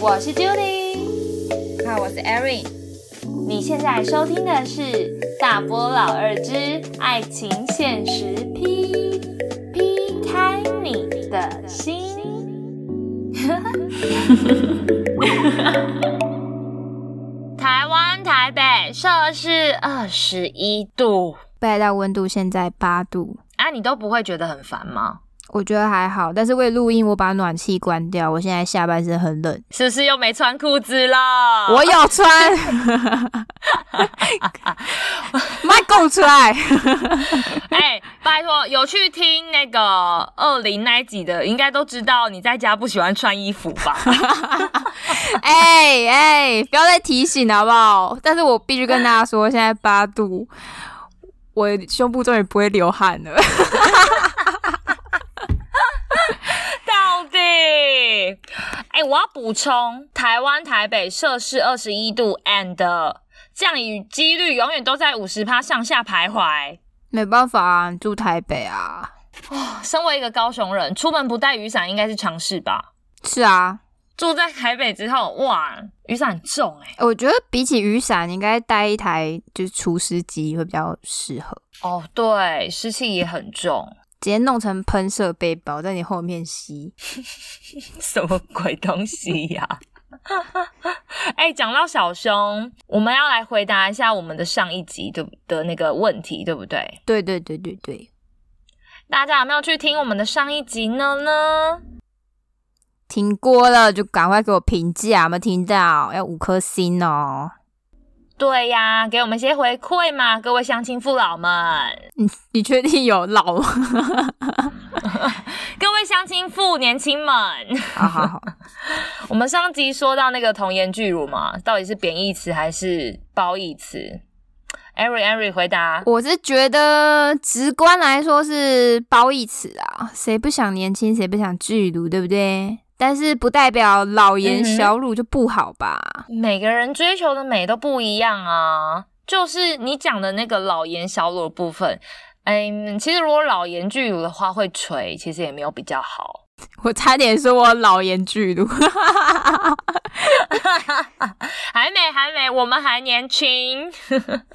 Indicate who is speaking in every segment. Speaker 1: 我是 Judy，
Speaker 2: 好，我是 Erin。
Speaker 1: 你现在收听的是《大波老二之爱情现实 P P 开你的心》。 台湾台北摄氏二十一度，
Speaker 2: 北到温度现在八度，
Speaker 1: 啊，你都不会觉得很烦吗？
Speaker 2: 我觉得还好，但是为录音我把暖气关掉，我现在下半身很冷。
Speaker 1: 是不是又没穿裤子了？
Speaker 2: 我有穿，麦够出来。
Speaker 1: 哎、拜托，有去听那个二零那一集的，应该都知道你在家不喜欢穿衣服 吧？
Speaker 2: 哎哎，不要再提醒好不好？但是我必须跟大家说，现在八度，我胸部终于不会流汗了。
Speaker 1: 到底？哎、我要补充，台湾台北摄氏二十一度，and 降雨几率永远都在五十趴上下徘徊。
Speaker 2: 没办法啊，你住台北啊。
Speaker 1: 身为一个高雄人，出门不带雨伞应该是常事吧？
Speaker 2: 是啊，
Speaker 1: 住在台北之后，哇，雨伞很重哎、
Speaker 2: 我觉得比起雨伞，你应该带一台就是除湿机会比较适合，
Speaker 1: 哦，对，湿气也很重。
Speaker 2: 直接弄成喷射背包在你后面吸。
Speaker 1: 什么鬼东西呀、 哎、讲到小胸，我们要来回答一下我们的上一集对不的那个问题，对不对？
Speaker 2: 对对对对对，
Speaker 1: 大家有没有去听我们的上一集呢？呢？
Speaker 2: 听过了就赶快给我评价，有没有听到？要五颗星哦。
Speaker 1: 对呀、给我们一些回馈嘛，各位乡亲父老们。
Speaker 2: 你确定有老吗？
Speaker 1: 各位乡亲父年轻们，
Speaker 2: 好好好，
Speaker 1: 我们上集说到那个童颜巨乳嘛，到底是贬义词还是褒义词？Every Every 回答，
Speaker 2: 我是觉得直观来说是褒义词啊，谁不想年轻，谁不想巨乳，对不对？但是不代表老
Speaker 1: 嗯
Speaker 2: 颜
Speaker 1: 哼
Speaker 2: 小乳就不好吧？
Speaker 1: 每个人追求的美都不一样啊。就是你讲的那个老颜小裸部分，嗯，其实如果老颜巨乳的话会垂，其实也没有比较好。
Speaker 2: 我差点说我老颜巨乳，
Speaker 1: 还没，还没，我们还年轻。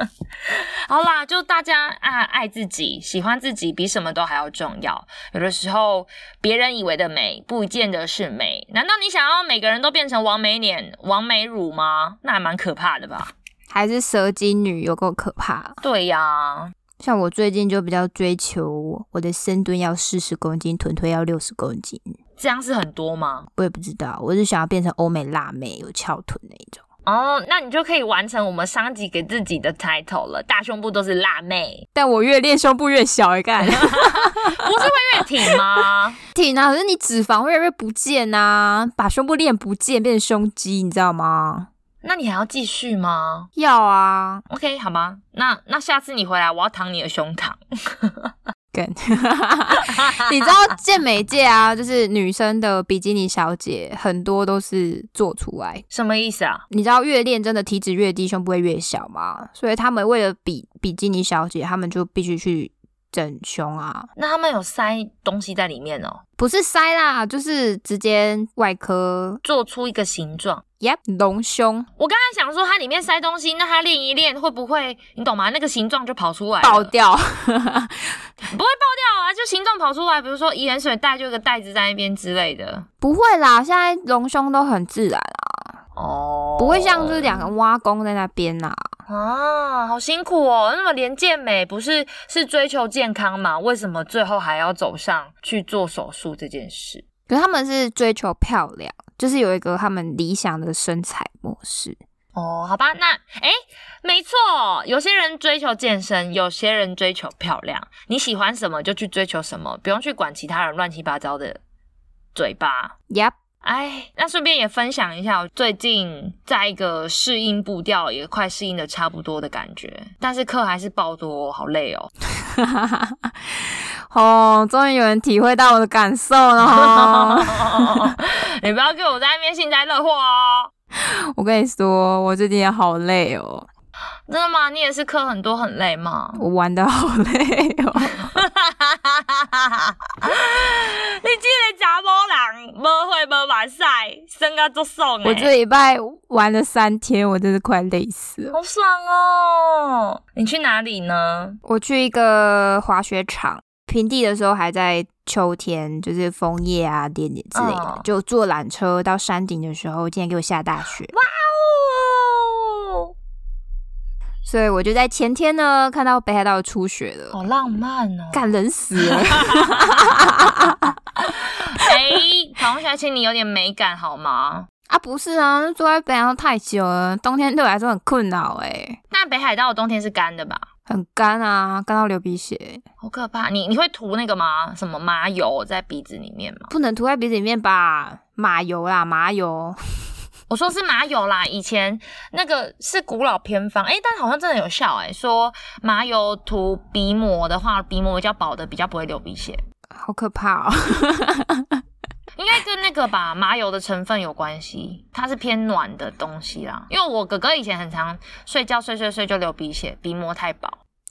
Speaker 1: 好啦，就大家啊，爱自己，喜欢自己比什么都还要重要。有的时候，别人以为的美，不见得是美。难道你想要每个人都变成王美脸、王美乳吗？那还蛮可怕的吧？
Speaker 2: 还是蛇精女有够可怕。
Speaker 1: 对呀、
Speaker 2: 像我最近就比较追求我的深蹲要四十公斤，臀推要六十公斤。
Speaker 1: 这样是很多吗？
Speaker 2: 我也不知道，我是想要变成欧美辣妹，有翘臀那一种。
Speaker 1: 哦，那你就可以完成我们上集给自己的 title 了，大胸部都是辣妹，
Speaker 2: 但我越练胸部越小一 干，
Speaker 1: 不是会越哎挺 吗？
Speaker 2: 挺啊！可是你脂肪会越来越不见啊，把胸部练不见，变成胸肌，你知道吗？
Speaker 1: 那你还要继续吗？
Speaker 2: 要啊，
Speaker 1: OK，好吗？那那下次你回来，我要躺你的胸膛。
Speaker 2: 跟 你知道健美界啊，就是女生的比基尼小姐很多都是做出来。
Speaker 1: 什么意思啊？
Speaker 2: 你知道越练真的体脂越低，胸部会越小吗？所以他们为了比比基尼小姐，他们就必须去整胸啊，
Speaker 1: 那他们有塞东西在里面哦，
Speaker 2: 不是塞啦，就是直接外科
Speaker 1: 做出一个形状。
Speaker 2: 耶隆胸
Speaker 1: 我刚才想说它里面塞东西，那它练一练会不会，你懂吗？那个形状就跑出来了，
Speaker 2: 爆
Speaker 1: 掉
Speaker 2: 掉，
Speaker 1: 啊，就形状跑出来。比如说盐水袋，就有一个袋子在那边之类的。
Speaker 2: 不会啦，现在隆胸都很自然啊，
Speaker 1: 哦，
Speaker 2: 不会像就是两个挖工在那边呐、
Speaker 1: 啊，好辛苦哦。那么连健美不是是追求健康嘛？为什么最后还要走上去做手术这件事？
Speaker 2: 可是他们是追求漂亮，就是有一个他们理想的身材模式。
Speaker 1: 哦，好吧，那诶，没错，有些人追求健身，有些人追求漂亮。你喜欢什么就去追求什么，不用去管其他人乱七八糟的嘴巴。
Speaker 2: Yep，
Speaker 1: 哎，那顺便也分享一下，我最近在一个适应步调也快适应的差不多的感觉，但是课还是爆多，好累哦。
Speaker 2: 哦，终于有人体会到我的感受了哦。
Speaker 1: 你不要给我在那边幸灾乐祸哦。
Speaker 2: 我跟你说，我最近也好累哦，
Speaker 1: 真的吗？你也是课很多很累 吗？
Speaker 2: 我玩的好累哦。
Speaker 1: 你这个查某人，无会无目哇塞，生个都送
Speaker 2: 我这礼拜玩了三天，我真是快累死了。
Speaker 1: 好爽哦！你去哪里呢？
Speaker 2: 我去一个滑雪场，平地的时候还在秋天，就是枫叶啊、点点之类的。
Speaker 1: 嗯
Speaker 2: 就坐缆车到山顶的时候，竟然给我下大雪，
Speaker 1: 哦，
Speaker 2: 所以我就在前天呢看到北海道初雪了，
Speaker 1: 好浪漫哦！
Speaker 2: 干冷死了。
Speaker 1: 哎，唐红霞，请你有点美感好吗？
Speaker 2: 啊，不是啊，坐在北海道太久了，冬天对我来说很困扰哎、
Speaker 1: 那北海道的冬天是干的吧？
Speaker 2: 很干啊，干到流鼻血，
Speaker 1: 好可怕！你你会涂那个吗？什么麻油在鼻子里面吗？
Speaker 2: 不能涂在鼻子里面吧？马油啦，麻油，
Speaker 1: 我说是麻油啦，以前那个是古老偏方，哎、但好像真的有效哎、说麻油涂鼻膜的话，鼻膜比较薄的比较不会流鼻血，
Speaker 2: 好可怕哦！
Speaker 1: 应该跟那个吧麻油的成分有关系，它是偏暖的东西啦。因为我哥哥以前很常睡觉睡睡睡就流鼻血，鼻膜太薄。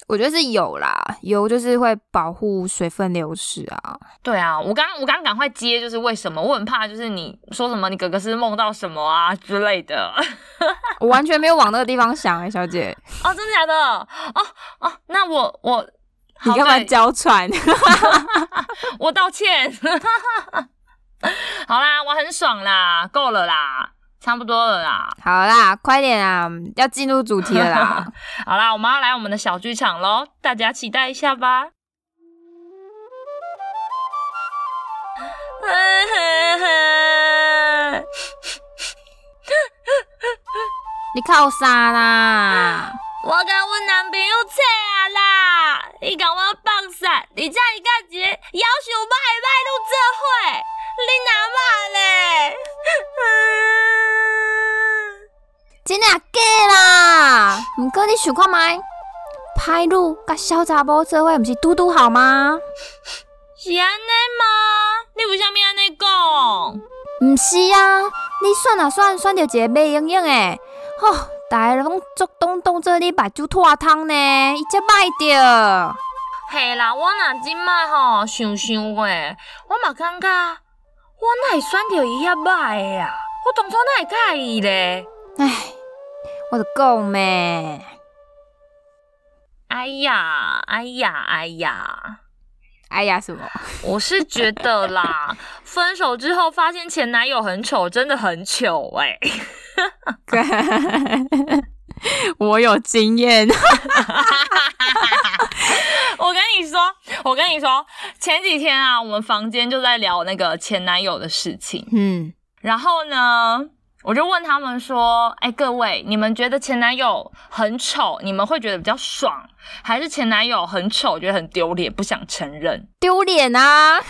Speaker 2: 我觉得是有啦，油就是会保护水分流失啊。
Speaker 1: 对啊，我刚我刚赶快接，就是为什么我很怕，就是你说什么你哥哥是梦到什么啊之类 的。
Speaker 2: 我完全没有往那个地方想哎、小姐，
Speaker 1: 哦，真的假的？哦哦，那我我
Speaker 2: 你
Speaker 1: 好
Speaker 2: 干嘛
Speaker 1: 对
Speaker 2: 娇喘？
Speaker 1: 我道歉。 好啦，我很爽啦，够了啦，差不多了啦。
Speaker 2: 好啦，快点啊，要进入主题了啦。
Speaker 1: 好啦，我们要来我们的小剧场喽，大家期待一下吧。
Speaker 2: 你靠啊啥啦？
Speaker 1: 我甲阮男朋友吵啊啦！伊甲我放散，而且伊甲一个夭寿歹歹都做伙，你哪嘛嘞？
Speaker 2: 真的假啦？毋过你想看麦，歹女甲小查某做伙，毋是嘟嘟好吗？
Speaker 1: 是安尼吗？你为啥物安尼讲？
Speaker 2: 毋是啊，你选啊选，选到一个袂用用的，吼、大家拢足当当做你目睭脱汤呢，伊才歹着。
Speaker 1: 嘿啦，我若即摆吼想想话，我嘛感觉我哪会选着伊遐歹的啊？我当初哪会介意咧？
Speaker 2: 唉，我就讲咩，
Speaker 1: 哎呀，哎呀，哎呀！
Speaker 2: 哎呀什么？
Speaker 1: 我是觉得啦，分手之后发现前男友很丑，真的很糗哎、
Speaker 2: 我有经验，
Speaker 1: 我跟你说，我跟你说，前几天啊，我们房间就在聊那个前男友的事情，
Speaker 2: 嗯，
Speaker 1: 然后呢。我就问他们说：“哎、各位，你们觉得前男友很丑，你们会觉得比较爽，还是前男友很丑，觉得很丢脸，不想承认？”
Speaker 2: 丢脸啊！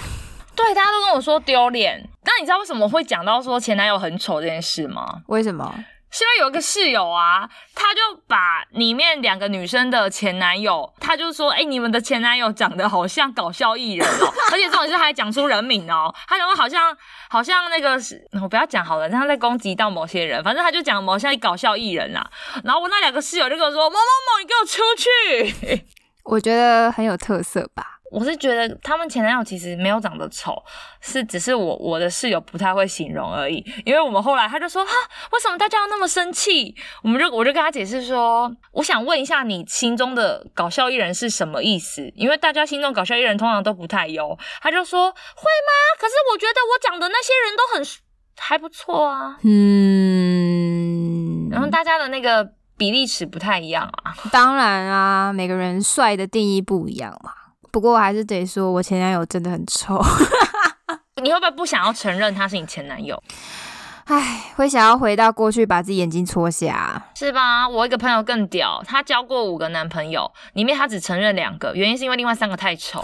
Speaker 1: 对，大家都跟我说丢脸。那你知道为什么会讲到说前男友很丑这件事吗？
Speaker 2: 为什么？
Speaker 1: 是因为有一个室友啊，他就把里面两个女生的前男友，他就说：“哎、你们的前男友长得好像搞笑艺人哦， 而且这种事还讲出人名哦。”他讲好像好像那个是，我不要讲好了，让他在攻击到某些人，反正他就讲某些搞笑艺人啦、啊然后我那两个室友就跟我说：“某某某，你给我出去！”
Speaker 2: 我觉得很有特色吧。
Speaker 1: 我是觉得他们前男友其实没有长得丑，是只是我我的室友不太会形容而已。因为我们后来他就说哈，为什么大家要那么生气？我们就我就跟他解释说，我想问一下你心中的搞笑艺人是什么意思？因为大家心中搞笑艺人通常都不太有。他就说会吗？可是我觉得我讲的那些人都很还不错啊，
Speaker 2: 嗯，
Speaker 1: 然后大家的那个比例尺不太一样啊。
Speaker 2: 当然啊，每个人帅的定义不一样嘛。不过我还是得说，我前男友真的很丑。
Speaker 1: 你会不会不想要承认他是你前男友？
Speaker 2: 唉，会想要回到过去，把自己眼睛戳瞎。
Speaker 1: 是吧？我一个朋友更屌，她交过五个男朋友，里面她只承认两个，原因是因为另外三个太 丑。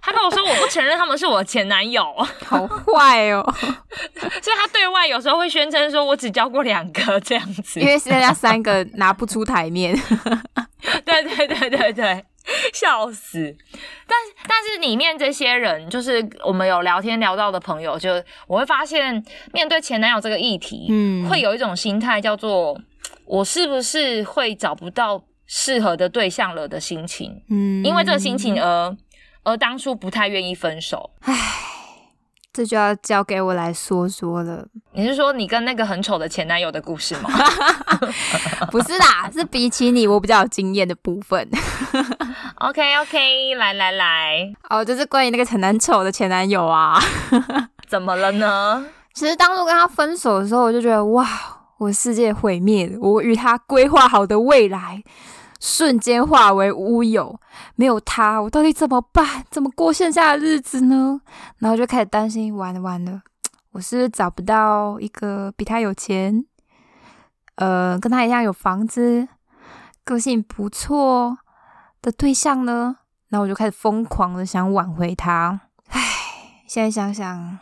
Speaker 1: 她跟我说我不承认他们是我前男友，
Speaker 2: 好坏哦，
Speaker 1: 所以她对外有时候会宣称说我只交过两个这样子
Speaker 2: 因。为剩下三个拿不出台面。
Speaker 1: 对对对对对，笑死！但是但是里面这些人，就是我们有聊天聊到的朋友，就我会发现面对前男友这个议题，
Speaker 2: 嗯
Speaker 1: 会有一种心态叫做我是不是会找不到适合的对象了的心情，
Speaker 2: 嗯
Speaker 1: 因为这个心情而而当初不太愿意分手。
Speaker 2: 这就要交给我来说说了。
Speaker 1: 你是说你跟那个很丑的前男友的故事 吗？
Speaker 2: 不是啦，是比起你，我比较有经验的部分。
Speaker 1: OK OK，来来来，
Speaker 2: 哦，就是关于那个很难丑的前男友啊。
Speaker 1: 怎么了呢？
Speaker 2: 其实当初跟他分手的时候，我就觉得哇，我世界毁灭了，我与他规划好的未来瞬间化为乌有。没有他，我到底怎么办？怎么过剩下的日子呢？然后就开始担心，完了完了，我是不是找不到一个比他有钱，呃，跟他一样有房子，个性不错的对象呢？然后我就开始疯狂的想挽回他。唉，现在想想，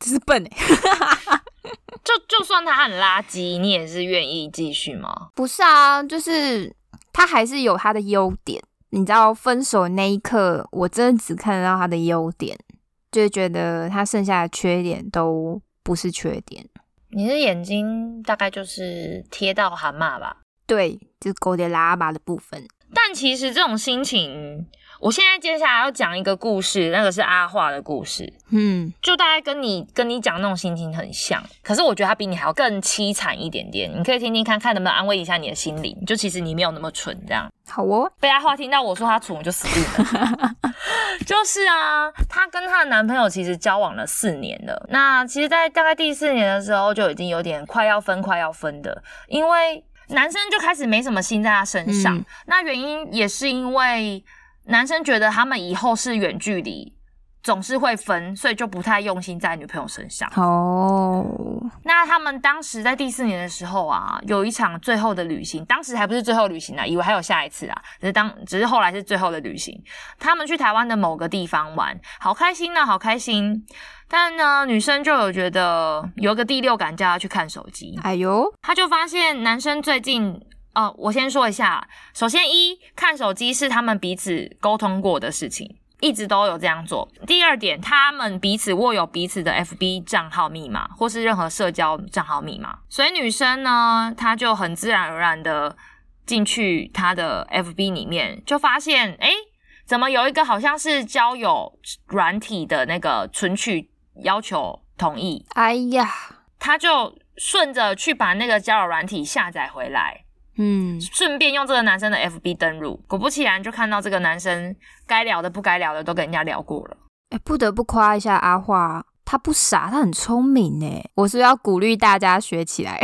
Speaker 2: 真是笨哎、
Speaker 1: 就就算他很垃圾，你也是愿意继续吗？
Speaker 2: 不是啊，就是他还是有他的优点。你知道，分手那一刻，我真的只看得到他的优点，就觉得他剩下的缺点都不是缺点。
Speaker 1: 你的眼睛大概就是贴到蛤蟆吧。
Speaker 2: 对，就是狗的拉巴的部分。
Speaker 1: 但其实这种心情，我现在接下来要讲一个故事，那个是阿华的故事，
Speaker 2: 嗯，
Speaker 1: 就大概跟你跟你讲那种心情很像，可是我觉得他比你还要更凄惨一点点。你可以听听看看能不能安慰一下你的心灵，就其实你没有那么蠢这样。
Speaker 2: 好哦，
Speaker 1: 被阿花听到我说她蠢，我就死定了。就是啊，她跟她的男朋友其实交往了四年了。那其实，在大概第四年的时候，就已经有点快要分、快要分的，因为男生就开始没什么心在她身上。
Speaker 2: 嗯
Speaker 1: 那原因也是因为男生觉得他们以后是远距离。总是会分，所以就不太用心在女朋友身上。
Speaker 2: 好哦，
Speaker 1: 那他们当时在第四年的时候啊，有一场最后的旅行，当时还不是最后旅行啊，以为还有下一次啊，只是当只是后来是最后的旅行。他们去台湾的某个地方玩，好开心呢、啊好开心。但呢，女生就有觉得有个第六感叫她去看手机，
Speaker 2: 哎呦，
Speaker 1: 她就发现男生最近。哦，我先说一下，首先一看手机是他们彼此沟通过的事情，一直都有这样做。第二点，他们彼此握有彼此的 FB 账号密码或是任何社交账号密码，所以女生呢，她就很自然而然的进去她的 FB 里面，就发现诶，怎么有一个好像是交友软体的那个存取要求同意，
Speaker 2: 哎呀，
Speaker 1: 他就顺着去把那个交友软体下载回来，
Speaker 2: 嗯，
Speaker 1: 顺便用这个男生的 FB 登录。果不其然，就看到这个男生该聊的、不该聊的都跟人家聊过了。
Speaker 2: 哎、不得不夸一下阿华，他不傻，他很聪明哎。我是不是要鼓励大家学起来。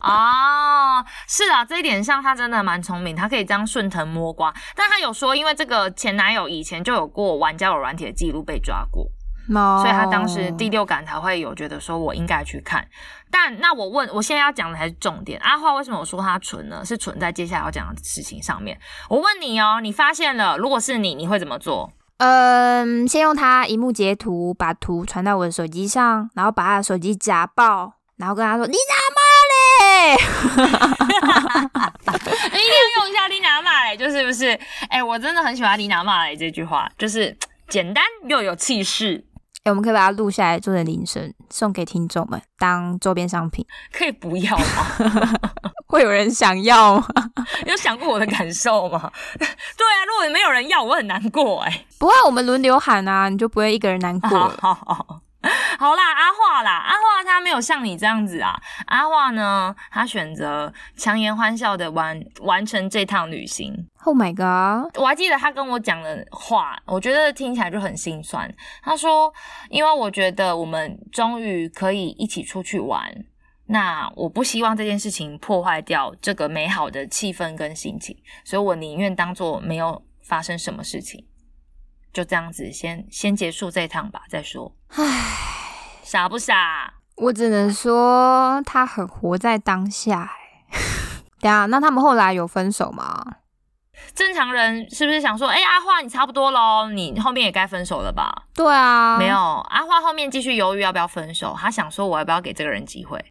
Speaker 1: 哦，是啊，这一点上他真的蛮聪明，他可以这样顺藤摸瓜。但他有说，因为这个前男友以前就有过玩交友软体的记录被抓过，
Speaker 2: 哦
Speaker 1: 所以他当时第六感才会有觉得说我应该去看。但那我问，我现在要讲的才是重点。阿花为什么我说他蠢呢？是蠢在接下来要讲的事情上面。我问你哦，你发现了，如果是你，你会怎么做？
Speaker 2: 嗯，先用他荧幕截图，把图传到我的手机上，然后把他的手机夹爆，然后跟他说：“你咋骂嘞
Speaker 1: 一定要用一下丽娜骂嘞，就是不是？哎、我真的很喜欢丽娜骂嘞这句话，就是嘖简单又有气势，？”
Speaker 2: 哎、我们可以把它录下来做成铃声，送给听众们当周边商品。
Speaker 1: 可以不要吗？
Speaker 2: 会有人想要吗？
Speaker 1: 你有想过我的感受吗？ 对啊，如果没有人要，我很难过哎、
Speaker 2: 不会，我们轮流喊啊，你就不会一个人难过
Speaker 1: 好
Speaker 2: 了。
Speaker 1: 好好， 好啦，阿华啦，阿华他没有像你这样子啊，阿华呢，他选择强颜欢笑的完完成这趟旅行。
Speaker 2: Oh my god！
Speaker 1: 我还记得他跟我讲的话，我觉得听起来就很心酸。他说：“因为我觉得我们终于可以一起出去玩，那我不希望这件事情破坏掉这个美好的气氛跟心情，所以我宁愿当做没有发生什么事情，就这样子先先结束这一趟吧，再说。”
Speaker 2: 唉，
Speaker 1: 傻不傻？
Speaker 2: 我只能说他很活在当下欸。 等一下，那他们后来有分手吗？
Speaker 1: 正常人是不是想说，哎、阿花你差不多喽，你后面也该分手了吧？
Speaker 2: 对啊，
Speaker 1: 没有，，阿花后面继续犹豫要不要分手，她想说我要不要给这个人机会？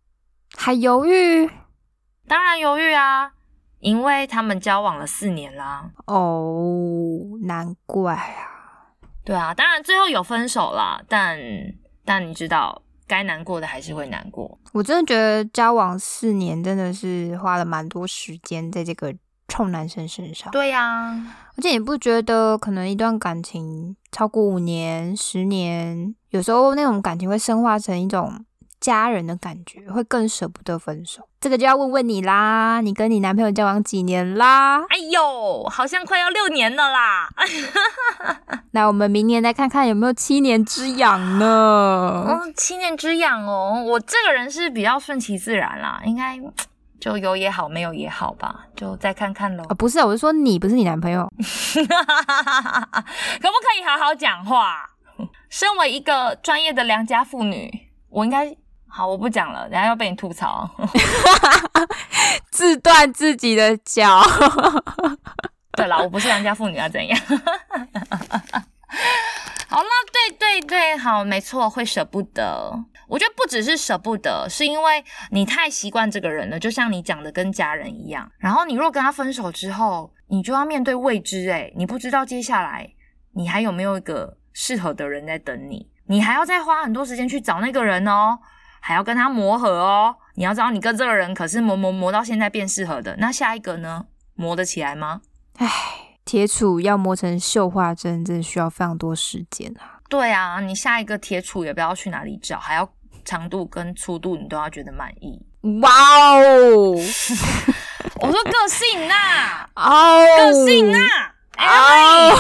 Speaker 2: 还犹豫
Speaker 1: 当然犹豫啊，因为他们交往了四年啦。
Speaker 2: 哦，难怪啊。
Speaker 1: 对啊，当然最后有分手啦，但但你知道，该难过的还是会难过。
Speaker 2: 我真的觉得交往四年真的是花了蛮多时间在这个臭男生身上。
Speaker 1: 对呀、
Speaker 2: 而且你不觉得可能一段感情超过五年、十年，有时候那种感情会深化成一种家人的感觉，会更舍不得分手。这个就要问问你啦，你跟你男朋友交往几年啦？
Speaker 1: 哎呦，好像快要六年了啦。
Speaker 2: 那我们明年再看看有没有七年之痒 呢？
Speaker 1: 嗯，七年之痒哦，我这个人是比较顺其自然啦，应该就有也好，没有也好吧，就再看看喽
Speaker 2: 啊，。不是啊，我是说你，不是你男朋友。
Speaker 1: 可不可以好好讲话？身为一个专业的良家妇女，我应该好，我不讲了，等下要被你吐槽。
Speaker 2: 自断自己的脚。
Speaker 1: 对啦，我不是良家妇女啊，怎样？ 好啦，对对对，好，没错，会舍不得。我觉得不只是舍不得，是因为你太习惯这个人了，就像你讲的跟家人一样。然后你若跟他分手之后，你就要面对未知、欸，你不知道接下来你还有没有一个适合的人在等你，你还要再花很多时间去找那个人哦，还要跟他磨合哦。你要知道，你跟这个人可是磨磨磨到现在变适合的，那下一个呢？磨得起来吗？
Speaker 2: 唉，铁杵要磨成绣花针，真的需要非常多时间啊。
Speaker 1: 对啊，你下一个铁杵也不知道去哪里找，还要长度跟粗度你都要觉得满意。
Speaker 2: 哇哦，
Speaker 1: 我说个性呐、
Speaker 2: 哦，
Speaker 1: 个性呐、啊，哎、
Speaker 2: 哦，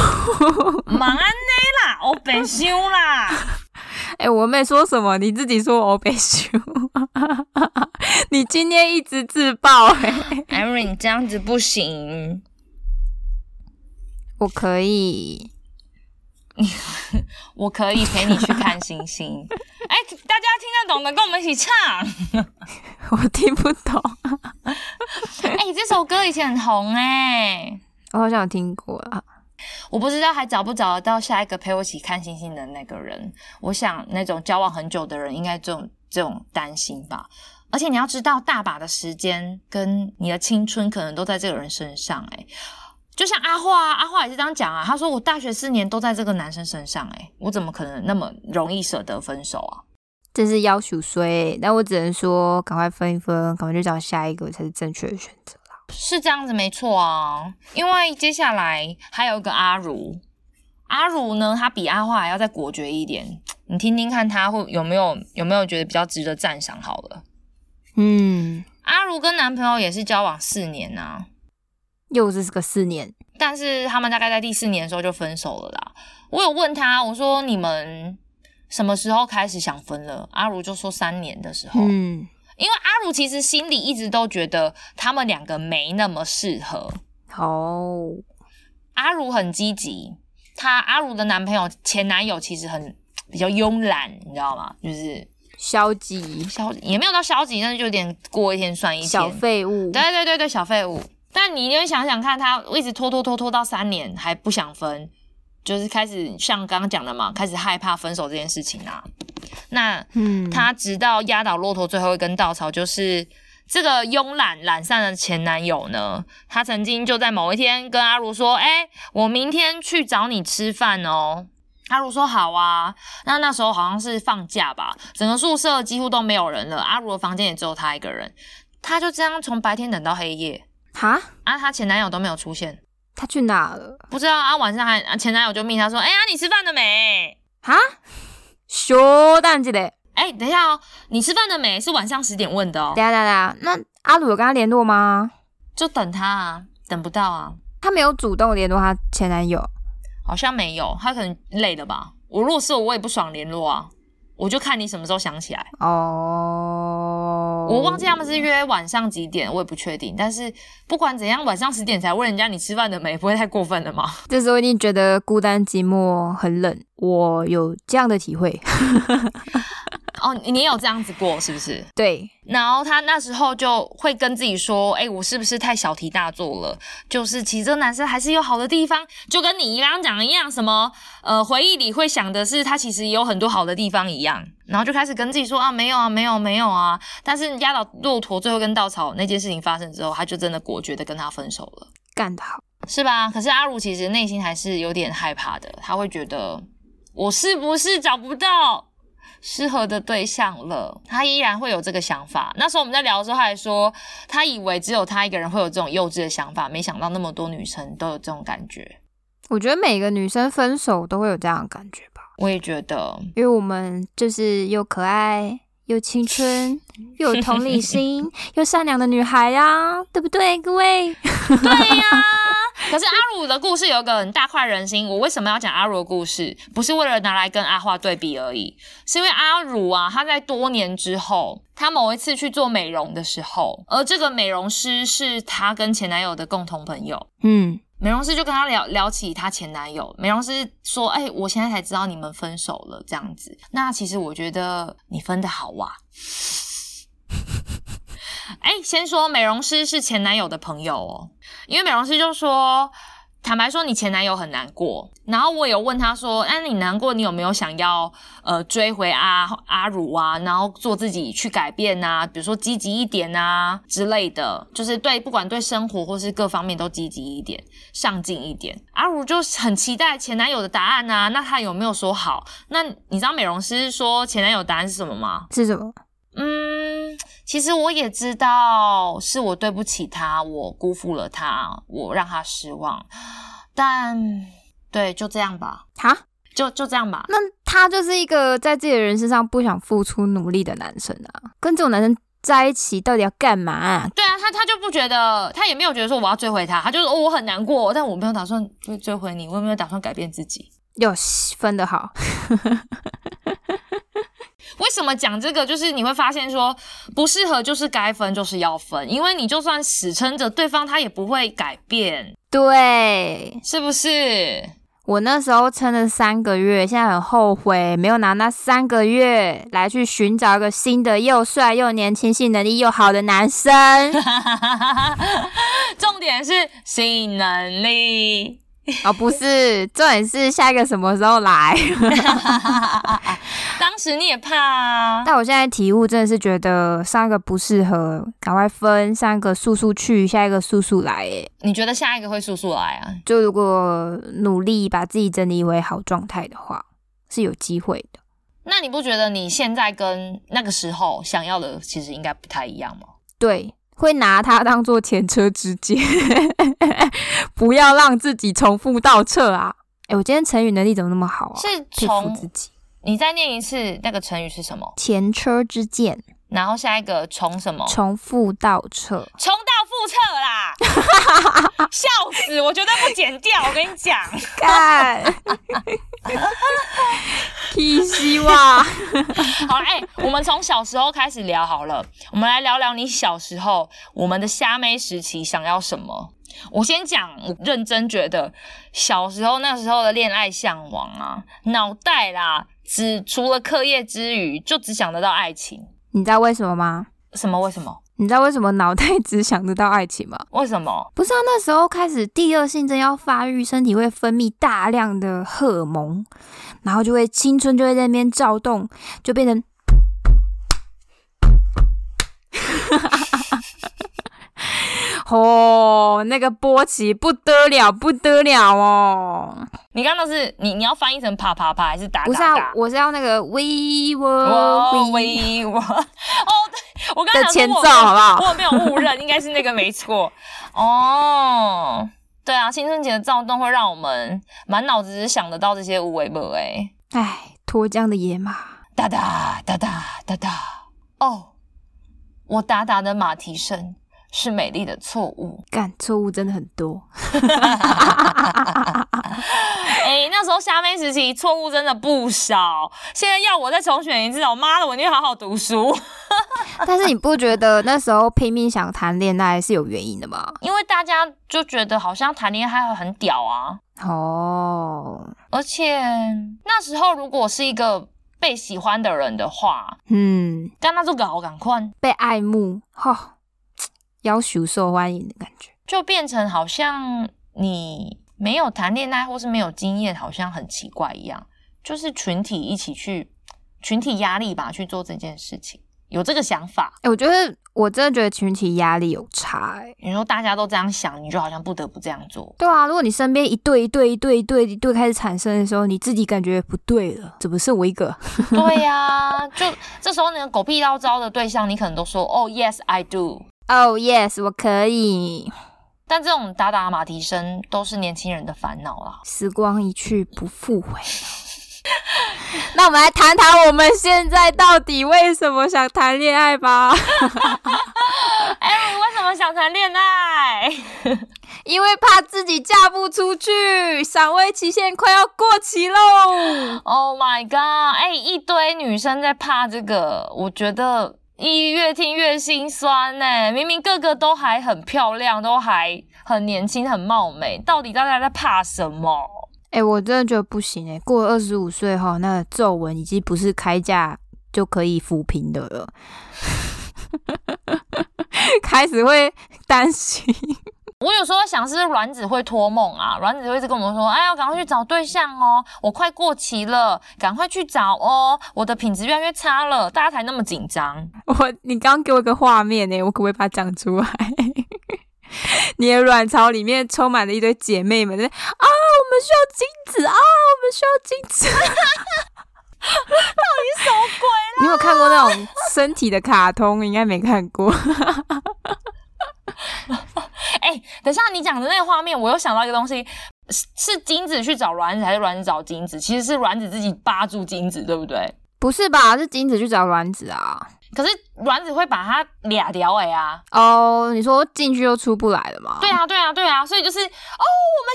Speaker 1: 忙安内啦，我北修啦，
Speaker 2: 哎、我没说什么，你自己说我被羞，你今天一直自爆哎、
Speaker 1: 艾瑞你这样子不行，
Speaker 2: 我可以，
Speaker 1: 我可以陪你去看星 星。哎、大家听得懂的跟我们一起唱。
Speaker 2: 我听不懂，
Speaker 1: 哎、这首歌以前很红哎、
Speaker 2: 我好像有听过啊，
Speaker 1: 我不知道还找不找得到下一个陪我一起看星星的那个人。我想那种交往很久的人，应该这种这种担心吧。而且你要知道，大把的时间跟你的青春可能都在这个人身上、欸。就像阿华、啊，阿华也是这样讲啊。他说我大学四年都在这个男生身上、欸，我怎么可能那么容易舍得分手啊？
Speaker 2: 真是要求衰，但我只能说赶快分一分，赶快去找下一个才是正确的选择啦。
Speaker 1: 是这样子没错啊，因为接下来还有一个阿如，阿如呢，她比阿华还要再果决一点，你听听看她会有没有有没有觉得比较值得赞赏好了。
Speaker 2: 嗯，
Speaker 1: 阿如跟男朋友也是交往四年呐、啊，
Speaker 2: 又是个四年，
Speaker 1: 但是他们大概在第四年的时候就分手了啦。我有问他，我说你们什么时候开始想分了？阿如就说三年的时候，
Speaker 2: 嗯，
Speaker 1: 因为阿如其实心里一直都觉得他们两个没那么适合，
Speaker 2: 好。
Speaker 1: 阿如很积极，她阿如的男朋友前男友其实很比较慵懒，你知道吗？就是
Speaker 2: 消极、
Speaker 1: 消也没有到消极，但是就有点过一天算一
Speaker 2: 小
Speaker 1: 天。
Speaker 2: 废物。
Speaker 1: 对对对对，小废物。但你因为想想看，他一直拖拖拖拖到三年还不想分，就是开始像刚刚讲的嘛，开始害怕分手这件事情啊。那
Speaker 2: 嗯，
Speaker 1: 他直到压倒骆驼最后一根稻草，就是这个慵懒懒散的前男友呢，他曾经就在某一天跟阿如说：“哎、我明天去找你吃饭哦。”阿如说：“好啊。”那那时候好像是放假吧，整个宿舍几乎都没有人了，阿如的房间也只有他一个人，他就这样从白天等到黑夜，
Speaker 2: 哈，
Speaker 1: 啊，她前男友都没有出现，
Speaker 2: 他去哪了？
Speaker 1: 不知道啊，晚上还啊前男友就命他说：“哎、呀、你吃饭了没？”
Speaker 2: 哈，熊蛋子嘞！
Speaker 1: 哎、等一下哦，你吃饭了没？是晚上十点问的哦
Speaker 2: 等一，下等一下，等一下那阿鲁有跟他联络吗？
Speaker 1: 就等他啊，等不到啊，
Speaker 2: 他没有主动联络他前男友。
Speaker 1: 好像没有，他可能累了吧。我如果是我，我也不爽联络啊，我就看你什么时候想起来。
Speaker 2: 哦，
Speaker 1: 我忘记他们是约晚上几点，我也不确定。但是不管怎样，晚上十点才问人家你吃饭了没，不会太过分了吗？
Speaker 2: 这时候一定觉得孤单寂寞很冷，我有这样的 体会。
Speaker 1: 哦，你你也有这样子过是不是？
Speaker 2: 对，
Speaker 1: 然后他那时候就会跟自己说：“哎、我是不是太小题大做了？就是其实这个男生还是有好的地方，就跟你刚刚讲的一样，什么呃回忆里会想的是他其实也有很多好的地方一样。”然后就开始跟自己说：“啊，没有啊，没有，没有啊。”但是压倒骆驼最后一根稻草那件事情发生之后，他就真的果决的跟他分手了，
Speaker 2: 干得好。
Speaker 1: 是吧？可是阿如其实内心还是有点害怕的，他会觉得我是不是找不到适合的对象了，他依然会有这个想法。那时候我们在聊的时候，他还说他以为只有他一个人会有这种幼稚的想法，没想到那么多女生都有这种感觉。
Speaker 2: 我觉得每个女生分手都会有这样的感觉吧，
Speaker 1: 我也觉得，
Speaker 2: 因为我们就是又可爱又青春又有同 理心又善良的女孩呀、对不对，各位？
Speaker 1: 对呀、可是阿鲁的故事有个很大快人心，我为什么要讲阿鲁的故事？不是为了拿来跟阿花对比而已，是因为阿鲁啊，他在多年之后，他某一次去做美容的时候，而这个美容师是她跟前男友的共同朋友，
Speaker 2: 嗯，
Speaker 1: 美容师就跟她聊聊起她前男友，美容师说：“哎、我现在才知道你们分手了，这样子。那其实我觉得你分的好哇、 哎、先说美容师是前男友的朋友哦，因为美容师就说，坦白说你前男友很难过。然后我有问他说，哎、你难过，你有没有想要呃追回阿阿如啊？然后做自己去改变啊，比如说积极一点啊之类的，就是对不管对生活或是各方面都积极一点，上进一点。阿如就很期待前男友的答案啊，那他有没有说好？那你知道美容师说前男友答案是什么吗？
Speaker 2: 是什么？
Speaker 1: 嗯，其实我也知道是我对不起他，我辜负了他，我让他失望。但对，就这样吧，
Speaker 2: 哈，
Speaker 1: 就就这样吧。
Speaker 2: 那他就是一个在自己的人身上不想付出努力的男生啊，跟这种男生在一起到底要干嘛啊、
Speaker 1: 对啊，他他就不觉得，他也没有觉得说我要追回他，他就说、哦、我很难过，但我没有打算追追回你，我也没有打算改变自己。
Speaker 2: 有西分的好，
Speaker 1: 为什么讲这个？就是你会发现说不适合就是该分就是要分，因为你就算死撑着对方，他也不会改变，
Speaker 2: 对
Speaker 1: 是不是？
Speaker 2: 我那时候撑了三个月，现在很后悔没有拿那三个月来去寻找一个新的又帅又年轻、性能力又好的男生。
Speaker 1: 重点是性能力。
Speaker 2: 哦，不是，重点是下一个什么时候来？
Speaker 1: 当时你也怕啊，
Speaker 2: 但我现在体悟真的是觉得上一个不适合，赶快分上一个速速去，下一个速速来。哎，
Speaker 1: 你觉得下一个会速速来啊？
Speaker 2: 就如果努力把自己整理回好状态的话，是有机会的。
Speaker 1: 那你不觉得你现在跟那个时候想要的其实应该不太一样吗？
Speaker 2: 对，会拿它当做前车之鉴， 不要让自己重复倒撤啊！哎，我今天成语能力怎么那么好啊？
Speaker 1: 是
Speaker 2: 佩服自
Speaker 1: 从
Speaker 2: 己。
Speaker 1: 你再念一次那个成语是什么？
Speaker 2: 前车之鉴，
Speaker 1: 然后下一个从什么？
Speaker 2: 哦重复倒撤。
Speaker 1: 重蹈覆辙啦！ 笑死，我绝对不剪掉。我跟你讲，
Speaker 2: 干，屁希望。
Speaker 1: 好了，哎、我们从小时候开始聊好了。我们来聊聊你小时候，我们的虾妹时期想要什么。我先讲，我认真觉得小时候那时候的恋爱向往啊，脑袋啦，只除了课业之余，就只想得到爱情。
Speaker 2: 你知道为什么吗？
Speaker 1: 什么？为什么？
Speaker 2: 你知道为什么脑袋只想得到爱情吗？
Speaker 1: 为什么？
Speaker 2: 不是啊，那时候开始第二性征要发育，身体会分泌大量的荷尔蒙，然后就会青春就会在那边躁动，就变成。哦，那个波奇不得了，不得了哦！
Speaker 1: 你刚刚那是你你要翻译成啪啪啪还是打打打？
Speaker 2: 不是啊，我是要那个 we were
Speaker 1: 我
Speaker 2: we
Speaker 1: 为哦我哦，对，我刚刚
Speaker 2: 的
Speaker 1: 想
Speaker 2: 前
Speaker 1: 说
Speaker 2: 奏，
Speaker 1: 我
Speaker 2: 好不好？
Speaker 1: 我没有误认，应该是那个没错。哦，对啊，青春期的躁动会让我们满脑子只想得到这些无为不为，
Speaker 2: 哎，脱缰的野马，
Speaker 1: 哒哒哒哒哒哒。哦，我达达的马蹄声是美丽的错误。
Speaker 2: 干错误真的很 多。
Speaker 1: 哎、那时候虾妹时期错误真的不少，现在要我再重选一次，我妈的，我一定好好读书。
Speaker 2: 但是你不觉得那时候拼命想谈恋爱是有原因的吗？
Speaker 1: 因为大家就觉得好像谈恋爱很屌啊，
Speaker 2: 哦，
Speaker 1: 而且那时候如果是一个被喜欢的人的话，
Speaker 2: 嗯，
Speaker 1: 干那就搞赶快，
Speaker 2: 被爱慕，哈、要求受欢迎的感觉。
Speaker 1: 就变成好像你没有谈恋爱或是没有经验，好像很奇怪一样，就是群体一起去群体压力吧去做这件事情。有这个想法，
Speaker 2: 哎、我觉得我真的觉得群体压力有差、欸，
Speaker 1: 你说大家都这样想，你就好像不得不这样 做。
Speaker 2: 对啊，如果你身边一对一对一对一对一对开始产生的时候，你自己感觉不对了，怎么剩我一个？
Speaker 1: 对呀、就这时候你的狗屁叨招的对象，你可能都说哦、y e s I do。
Speaker 2: 哦、y e s 我可以。
Speaker 1: 但这种打打马蹄声都是年轻人的烦恼啦。
Speaker 2: 时光一去不复回。 那我们来谈谈我们现在到底为什么想谈恋爱吧？
Speaker 1: 哎、你为什么想谈恋爱？
Speaker 2: 因为怕自己嫁不出去，赏味期限快要过期 喽。
Speaker 1: Oh my god！哎、一堆女生在怕这个，我觉得一越听越心酸呢、明明个个都还很漂亮，都还很年轻、很貌美，到底大家在怕什么？
Speaker 2: 哎、我真的觉得不行哎、过了二十五岁哈，那个皱纹已经不是开价就可以抚平的了， 开始会担心。
Speaker 1: 我有时候想，是不是卵子会托梦啊？卵子会一直跟我们说：“哎呀，赶快去找对象哦，我快过期了，赶快去找哦，我的品质越来越差了。”大家才那么紧张。
Speaker 2: 我，你刚给我一个画面呢、我可不可以把它讲出来？ 你的卵巢里面充满了一堆姐妹们，在啊，我们需要精子啊，我们需要精子。 到底什么鬼？你有看过那种身体的卡通？应该没看过。
Speaker 1: 哎、等一下你讲的那个画面，我又想到一个东西，是是精子去找卵子，还是卵子找精子？其实是卵子自己扒住精子，对不对？
Speaker 2: 不是吧？是精子去找卵子啊？
Speaker 1: 可是卵子会把它俩掉哎啊！
Speaker 2: 哦、你说进去又出不来了吗？
Speaker 1: 对啊，对啊，对啊，所以就是哦，我们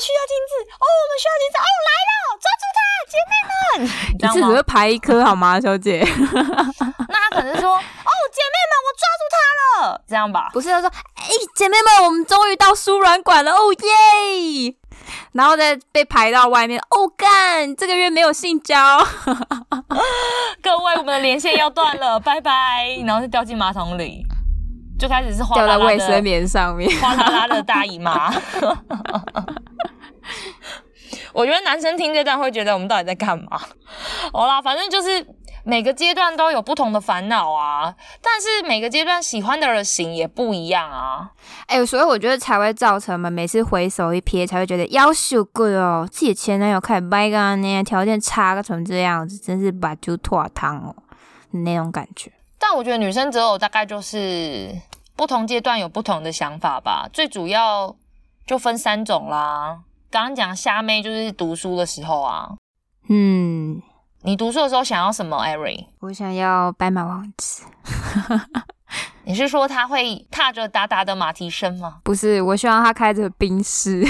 Speaker 1: 需要精子，哦，我们需要精子，哦，来了，抓住 它，姐妹们，你
Speaker 2: 一次只
Speaker 1: 知
Speaker 2: 会
Speaker 1: 道
Speaker 2: 排一颗好吗，小姐？
Speaker 1: 吗？那他可能说，哦，姐妹们，我抓住它了，这样吧。
Speaker 2: 不是他说，哎、姐妹们，我们终于到输卵管了，哦耶！然后再被排到外面，哦干，这个月没有性交，
Speaker 1: 各位，我们的连线要断了，拜拜，然后就掉进马桶里，就开始是哗
Speaker 2: 掉
Speaker 1: 啦
Speaker 2: 在
Speaker 1: 啦
Speaker 2: 卫生
Speaker 1: 的
Speaker 2: 棉上面。
Speaker 1: 哗啦啦的大姨妈。我觉得男生听这段会觉得我们到底在干嘛？好啦，反正就是每个阶段都有不同的烦恼啊，但是每个阶段喜欢的型也不一样啊。
Speaker 2: 哎、所以我觉得才会造成我们每次回首一瞥，才会觉得要秀贵哦，自己的前男友开始掰干呢，啊条件差个成这样子，真是把猪拖汤哦，那种感觉。
Speaker 1: 但我觉得女生择偶大概就是不同阶段有不同的想法吧，最主要就分三种啦。刚刚讲虾妹就是读书的时候啊，
Speaker 2: 嗯，
Speaker 1: 你读书的时候想要什么，Ari？
Speaker 2: 我想要白马王子，
Speaker 1: 你是说他会踏着达达的马蹄声吗？
Speaker 2: 不是，我希望他开着宾士。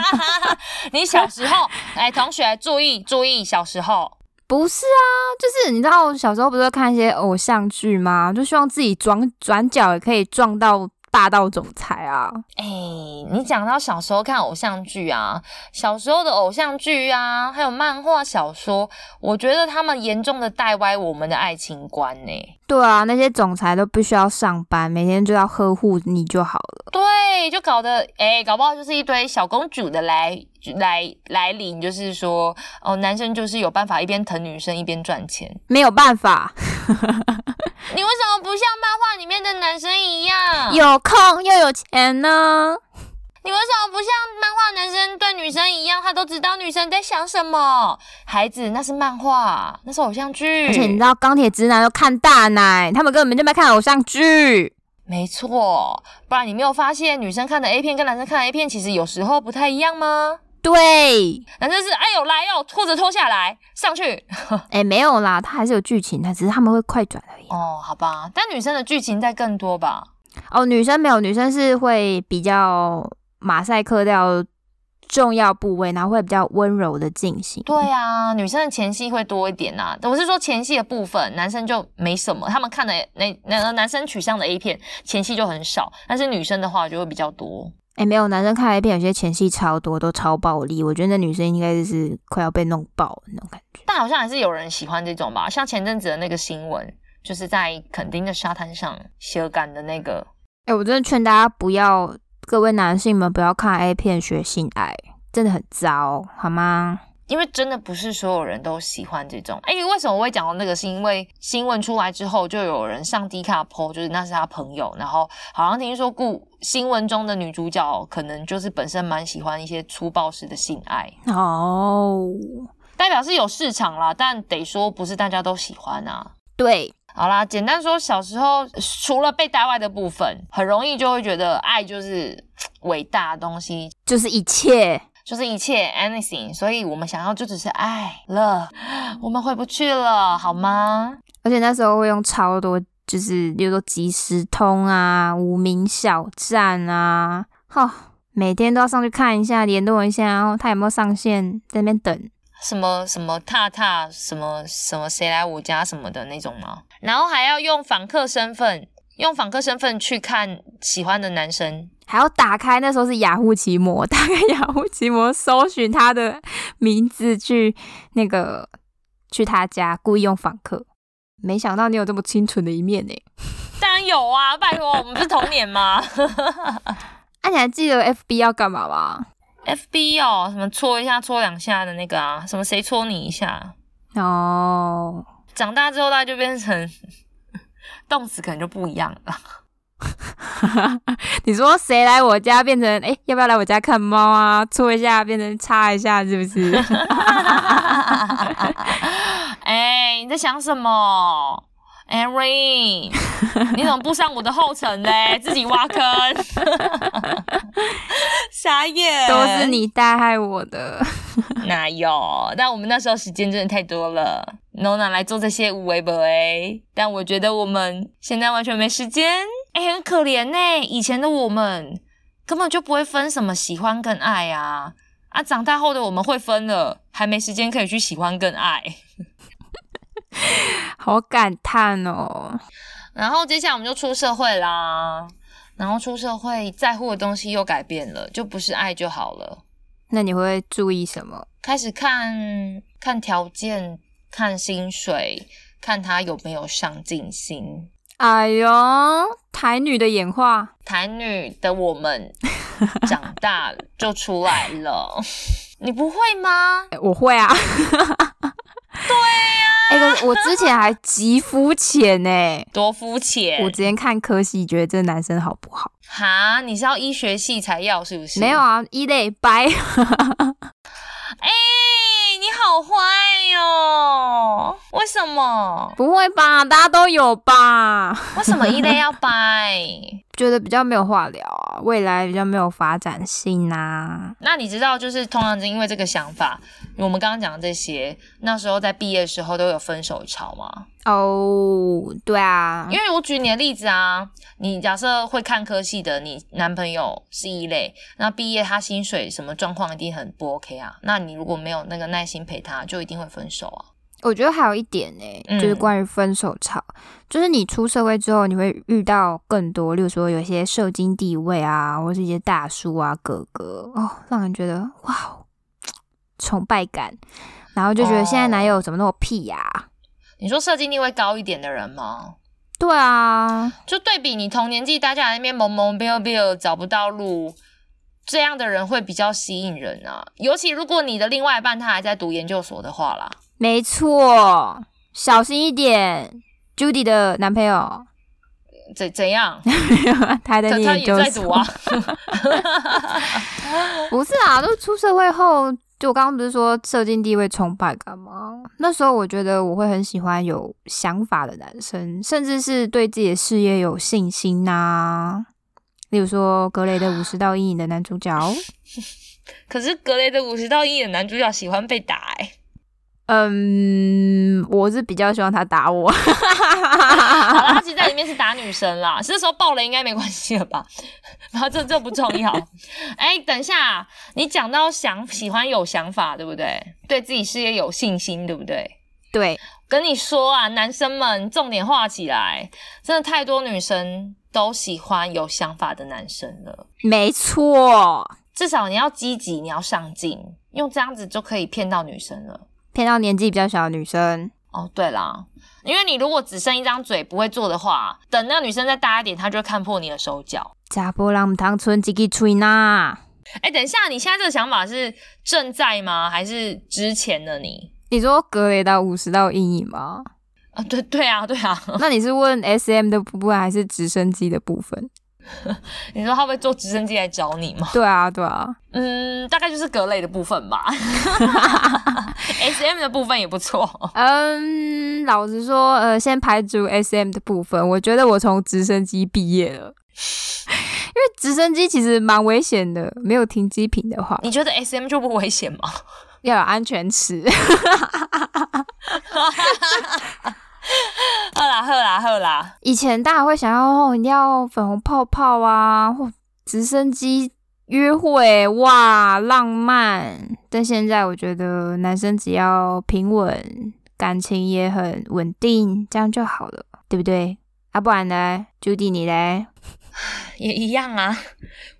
Speaker 1: 你小时候，哎，同学注意注意，小时候，
Speaker 2: 不是啊，就是你知道我小时候不是会看一些偶像剧吗？就希望自己转转角也可以撞到霸道总裁啊。
Speaker 1: 哎，你讲到小时候看偶像剧啊，小时候的偶像剧啊，还有漫画小说，我觉得他们严重的带歪我们的爱情观呢、
Speaker 2: 对啊，那些总裁都必须要上班，每天就要呵护你就好了。
Speaker 1: 对，就搞得哎、搞不好就是一堆小公主的来来来临，就是说哦，男生就是有办法一边疼女生一边赚钱。
Speaker 2: 没有办法，
Speaker 1: 你为什么不像漫画里面的男生一样？
Speaker 2: 有空又有钱呢。
Speaker 1: 你为什么不像漫画男生对女生一样，他都知道女生在想什么？孩子，那是漫画，那是偶像剧。
Speaker 2: 而且你知道钢铁直男都看大奶，他们根本就没看偶像剧。
Speaker 1: 没错，不然你没有发现女生看的 A 片跟男生看的 A 片其实有时候不太一样吗？
Speaker 2: 对，
Speaker 1: 男生是哎呦来哟，裤子脱下来上去。
Speaker 2: 哎、没有啦，他还是有剧情，他只是他们会快转而已。啊
Speaker 1: 哦，好吧，但女生的剧情再更多吧。
Speaker 2: 哦，女生没有，女生是会比较马赛克掉重要部位，然后会比较温柔的进行。
Speaker 1: 对啊，女生的前戏会多一点呐、我是说前戏的部分，男生就没什么，他们看的那那男生取向的 A 片前戏就很少，但是女生的话就会比较多。
Speaker 2: 哎，没有，男生看 A 片有些前戏超多，都超暴力，我觉得那女生应该就是快要被弄爆的那种感觉。
Speaker 1: 但好像还是有人喜欢这种吧，像前阵子的那个新闻，就是在垦丁的沙滩上蛇感的那个，
Speaker 2: 哎，我真的劝大家不要，各位男性们不要看 A 片学性爱，真的很糟，好吗？
Speaker 1: 因为真的不是所有人都喜欢这种。哎、为什么我会讲到那个？是因为新闻出来之后，就有人上 D 卡 PO，就是那是他朋友，然后好像听说故新闻中的女主角可能就是本身蛮喜欢一些粗暴式的性爱，
Speaker 2: 哦，
Speaker 1: 代表是有市场啦，但得说不是大家都喜欢啊。
Speaker 2: 对，
Speaker 1: 好啦，简单说，小时候除了被带坏的部分，很容易就会觉得爱就是伟大的东西，
Speaker 2: 就是一切。
Speaker 1: 就是一切 anything，所以我们想要就只是爱了，我们回不去了，好吗？
Speaker 2: 而且那时候会用超多，就是比如说即时通啊、无名小站啊，哈，每天都要上去看一下，联络一下，然后他有没有上线，在那边等。
Speaker 1: 什么什么踏踏什么什么谁来我家什么的那种吗？然后还要用访客身份，用访客身份去看喜欢的男生，
Speaker 2: 还要打开那时候是雅虎奇摩， 打开雅虎奇摩搜寻他的名字去那个去他家，故意用访客。没想到你有这么清纯的一面呢！
Speaker 1: 当然有啊，拜托，我们不是童年吗
Speaker 2: 啊，你还记得 FB 要干嘛吗？
Speaker 1: ？FB 哦，什么搓一下搓两下的那个啊，什么谁搓你一下，
Speaker 2: 哦，
Speaker 1: 长大之后大家就变成动词可能就不一样了。
Speaker 2: 你说谁来我家变成哎、诶要不要来我家看猫啊？搓一下变成擦一下，是不 是？
Speaker 1: 哎、你在想什么 e r i 你怎么不上我的后尘嘞？自己挖坑， 傻眼，
Speaker 2: 都是你带害我 的。
Speaker 1: 哪有？但我们那时候时间真的太多了，Nona 来做这些无为不为，但我觉得我们现在完全没时间，哎、很可怜呢、以前的我们根本就不会分什么喜欢跟爱啊。啊，长大后的我们会分了，还没时间可以去喜欢跟爱。
Speaker 2: 好感叹哦！
Speaker 1: 然后接下来我们就出社会啦，然后出社会在乎的东西又改变了，就不是爱就好了，
Speaker 2: 那你会注意什么？
Speaker 1: 开始看看条件、看薪水、看他有没有上进心。
Speaker 2: 哎呦，台女的演化，
Speaker 1: 台女的我 们长大就出来了， 你不会吗？
Speaker 2: 诶我会啊。对呀、哎、可是我之前还极肤浅呢。
Speaker 1: 多肤浅
Speaker 2: 我！之前看科系，觉得这男生好不好？
Speaker 1: 哈，你是要医学系才要是不是？
Speaker 2: 没有啊，一类掰。
Speaker 1: 哎、你好坏哟、为什么？
Speaker 2: 不会吧？大家都有吧？
Speaker 1: 为什么一类要掰？
Speaker 2: 觉得比较没有话聊啊，未来比较没有发展性啊。
Speaker 1: 那你知道，就是通常是因为这个想法，我们刚刚讲的这些，那时候在毕业的时候都有分手潮嘛。
Speaker 2: 哦、对啊
Speaker 1: 因，为我举你的例子啊，你假设会看科系的，你男朋友是一类，那毕业他薪水什么状况一定很不 OK 啊。那你如果没有那个耐心陪他，就一定会分手啊。
Speaker 2: 我觉得还有一点呢、欸
Speaker 1: 嗯
Speaker 2: 就是关于分手潮，就是你出社会之后，你会遇到更多，例如说有一些社经地位啊，或是一些大叔啊、哥哥哦，让人觉得哇，哦崇拜感，然后就觉得现在男友怎么那么屁呀、
Speaker 1: 你说社经地位高一点的人吗？
Speaker 2: 对啊，
Speaker 1: 就对比你同年纪大家在那边懵懵逼逼找不到路，这样的人会比较吸引人啊。尤其如果你的另外一半他还在读研究所的话啦，
Speaker 2: 没错，小心一点，Judy 的男朋友。
Speaker 1: 怎怎样？
Speaker 2: 他还 在
Speaker 1: 他
Speaker 2: 念
Speaker 1: 他
Speaker 2: 研
Speaker 1: 也
Speaker 2: 究
Speaker 1: 在读
Speaker 2: 所，。
Speaker 1: 啊
Speaker 2: 不是啊，就是出社会后，就我刚刚不是说社经地位崇拜感吗？那时候我觉得我会很喜欢有想法的男生，甚至是对自己的事业有信心呐、例如说格雷的《五十道阴影》的男主角，
Speaker 1: 可是格雷的五十道一的男主角喜欢被打、欸，
Speaker 2: 嗯，我是比较希望他打我，
Speaker 1: 好啦，他其实在里面是打女生啦，是时候爆雷应该没关系了吧？ 然后这这不重要。哎、等一下，你讲到想喜欢有想法，对不对？对自己事业有信心，对不对？
Speaker 2: 对，
Speaker 1: 跟你说啊，男生们重点画起来，真的太多女生都喜欢有想法的男生了。
Speaker 2: 没错，
Speaker 1: 至少你要积极，你要上进，用这样子就可以骗到女生了。
Speaker 2: 骗到年纪比较小的女生，
Speaker 1: 哦，对啦，因为你如果只剩一张嘴不会做的话，等那个女生再大一点，她就会看破你的手脚。
Speaker 2: 加波浪姆汤村吉吉吹呐。
Speaker 1: 哎，等一下，你现在这个想法是正在吗？还是之前的你？
Speaker 2: 你说格雷到五十道阴影吗？
Speaker 1: 啊，对对啊，对啊。
Speaker 2: 那你是问 S M 的部分还是直升机的部分？
Speaker 1: 你说他会坐直升机来找你吗？
Speaker 2: 对啊，对啊，
Speaker 1: 嗯，大概就是格类的部分吧。S M 的部分也不错。
Speaker 2: 嗯，老实说，呃，先排除 S M 的部分，我觉得我从直升机毕业了，因为直升机其实蛮危险的，没有停机坪的话，
Speaker 1: 你觉得 S M 就不危险吗？
Speaker 2: 要有安全尺。
Speaker 1: 喝啦喝啦喝啦！
Speaker 2: 以前大家会想要哦，你要粉红泡泡啊，或直升机约会，哇，浪漫。但现在我觉得男生只要平稳，感情也很稳定，这样就好了，对不对？啊，不然呢，Judy 你嘞？
Speaker 1: 也一样啊，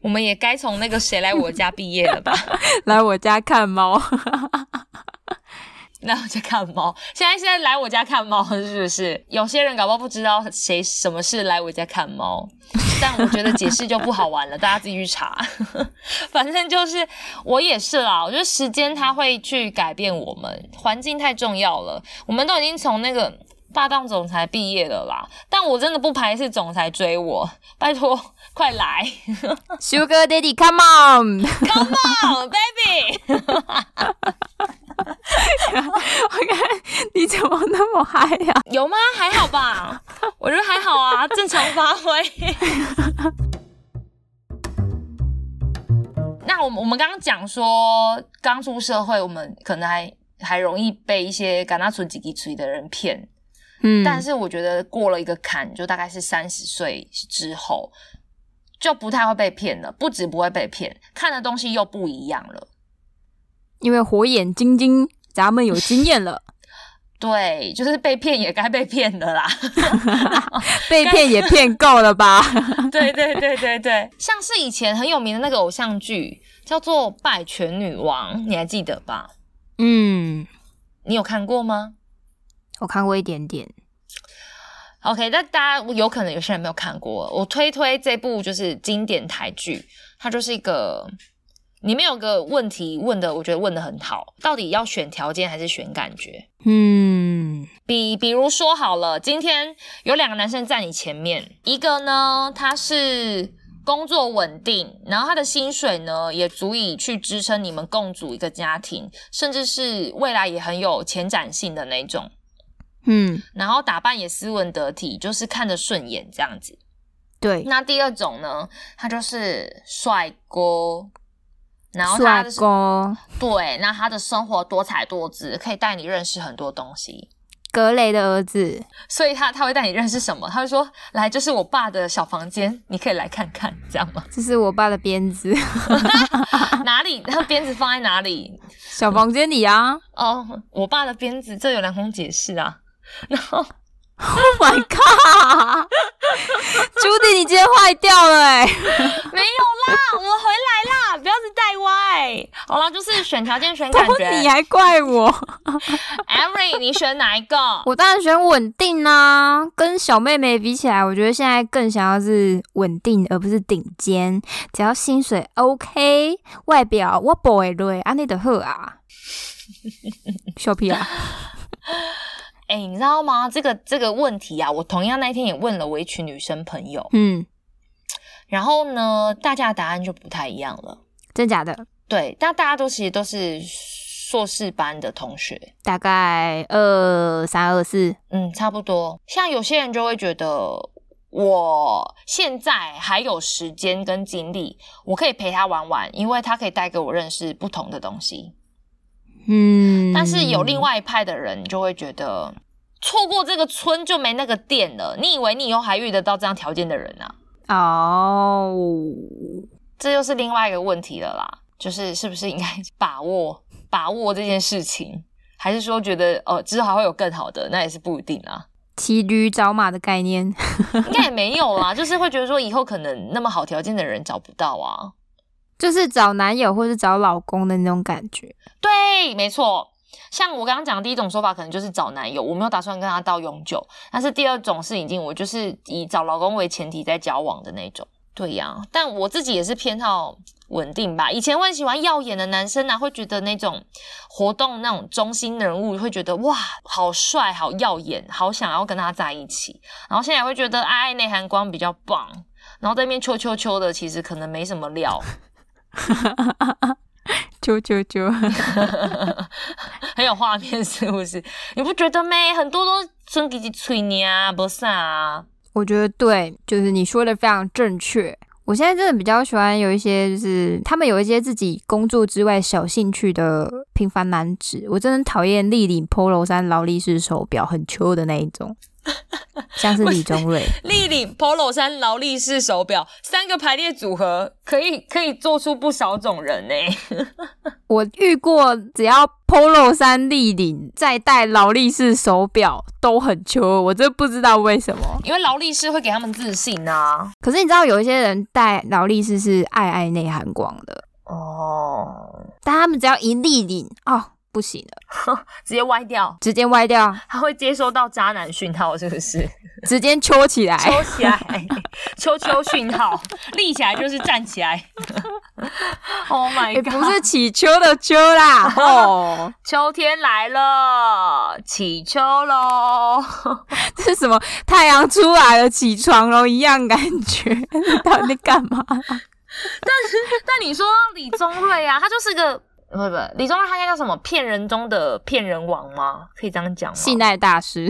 Speaker 1: 我们也该从那个谁来我家毕业了吧？
Speaker 2: 来我家看猫，
Speaker 1: 来我家看猫，现在现在来我家看猫是不是？有些人搞不好不知道谁什么是来我家看猫，但我觉得解释就不好玩了， 大家自己去查。反正就是我也是啦，我觉得时间它会去改变我们，环境太重要了。我们都已经从那个霸道总裁毕业了啦，但我真的不排斥总裁追我，拜托快来
Speaker 2: ，Sugar Daddy，Come on！
Speaker 1: ，Come on baby！
Speaker 2: 我看你怎么那么嗨呀、
Speaker 1: 有吗？还好吧，我觉得还好啊，正常发挥。那我们我们刚刚讲说，刚出社会，我们可能还还容易被一些敢那存几几锤的人骗，
Speaker 2: 嗯，
Speaker 1: 但是我觉得过了一个坎，就大概是三十岁之后，就不太会被骗了，不止不会被骗，看的东西又不一样了。
Speaker 2: 因为火眼金睛，咱们有经验 了，
Speaker 1: 对，就是被骗也该被骗的啦。
Speaker 2: 被骗也骗够了吧？
Speaker 1: 对对对对对，像是以前很有名的那个偶像剧，叫做《拜权女王》，你还记得吧？
Speaker 2: 嗯，
Speaker 1: 你有看过吗
Speaker 2: 我看过一点点。
Speaker 1: ？OK，那大家有可能有些人没有看过，我推推这部就是经典台剧，它就是一个里面有个问题问的，我觉得问的很好，到底要选条件还是选感觉？
Speaker 2: 嗯
Speaker 1: 比比如说好了，今天有两个男生在你前面，一个呢他是工作稳定，然后他的薪水呢也足以去支撑你们共组一个家庭，甚至是未来也很有前瞻性的那种，
Speaker 2: 嗯，
Speaker 1: 然后打扮也斯文得体，就是看着顺眼这样子。
Speaker 2: 对，
Speaker 1: 那第二种呢，他就是帅哥。然后他
Speaker 2: 帅
Speaker 1: 的
Speaker 2: 哥
Speaker 1: 对，那他的生活多彩多姿，可以带你认识很多东西。
Speaker 2: 格雷的儿子，
Speaker 1: 所以他他会带你认识什么？他会说来，这是我爸的小房间，你可以来看看，这样 吗？
Speaker 2: 这是我爸的鞭子，
Speaker 1: 哪里？他鞭子放在哪里？
Speaker 2: 小房间里啊。
Speaker 1: 哦，我爸的鞭子，这有两种解释啊。然后
Speaker 2: Oh my god！朱迪，你今天坏掉了哎、
Speaker 1: 没有啦，我回来 啦，不要是带歪。好啦，就是选条件选感
Speaker 2: 然后你
Speaker 1: 觉。
Speaker 2: 还怪我，
Speaker 1: Avery，你选哪一 个？
Speaker 2: 我当然选稳定啊。跟小妹妹比起来，我觉得现在更想要是稳定，而不是顶尖。只要薪水 OK，外表我不会累，安内的好啊。小屁啊！
Speaker 1: 哎、你知道吗？这个这个问题啊，我同样那一天也问了我一群女生朋友，
Speaker 2: 嗯，
Speaker 1: 然后呢，大家的答案就不太一样了。
Speaker 2: 真假的？
Speaker 1: 对，但大家都其实都是硕士班的同学，
Speaker 2: 大概二三二四，
Speaker 1: 嗯，差不多。像有些人就会觉得，我现在还有时间跟精力，我可以陪他玩玩，因为他可以带给我认识不同的东西。
Speaker 2: 嗯，
Speaker 1: 但是有另外一派的人就会觉得，错过这个村就没那个店了。你以为你以后还遇得到这样条件的人啊？
Speaker 2: 哦，
Speaker 1: 这又是另外一个问题了啦，就是是不是应该 把握把握这件事情，还是说觉得呃之后还会有更好的，那也是不一定啊，
Speaker 2: 骑驴找马的概念，
Speaker 1: 应该也没有啦，就是会觉得说以后可能那么好条件的人找不到啊。
Speaker 2: 就是找男友或是找老公的那种感觉。
Speaker 1: 对，没错。像我刚刚讲的第一种说法，可能就是找男友，我没有打算跟他到永久。但是第二种是已经我就是以找老公为前提在交往的那种。对呀、但我自己也是偏好稳定吧。以前我很喜欢耀眼的男生啊，会觉得那种活动那种中心人物，会觉得哇，好帅，好耀眼，好想要跟他在一起。然后现在会觉得爱爱内涵光比较棒，然后在那边秋秋秋的，其实可能没什么料，
Speaker 2: 九九九，
Speaker 1: 很有画面是不是？ 你不觉得咩？很多都纯给己吹呢啊，不是啊？
Speaker 2: 我觉得对，就是你说的非常正确。我现在真的比较喜欢有一些，就是他们有一些自己工作之外小兴趣的平凡男子。我真的很讨厌立领 polo 衫、劳力士手表，很秋的那一种，像是李宗瑞。
Speaker 1: 立领 polo 衫、劳力士手表三个排列组合，可以可以做出不少种人呢、
Speaker 2: 我遇过只要 polo 衫立领，再戴劳力士手表都很秋，我真不知道为什么。
Speaker 1: 因为劳力士会给他们自信啊。
Speaker 2: 可是你知道有一些人戴劳力士是爱爱内涵光的，
Speaker 1: 哦，
Speaker 2: 但他们只要一立领哦，不行了，
Speaker 1: 直接歪掉，
Speaker 2: 直接歪掉，
Speaker 1: 他会接收到渣男讯号，是不 是？
Speaker 2: 直接揪起来。
Speaker 1: 抽起 来，秋秋讯号， 立起来就是站起来。oh my
Speaker 2: 也
Speaker 1: god！
Speaker 2: 不是起秋的秋 啦，哦，
Speaker 1: 秋天来了，起秋喽。
Speaker 2: 这是什么太阳出来了，起床喽一样感觉。 你到底在干嘛？
Speaker 1: 但你说李宗瑞啊，他就是个不不，李宗瑞他应该叫什么？骗人中的骗人王吗？可以这样讲吗？
Speaker 2: 信啊赖大 师，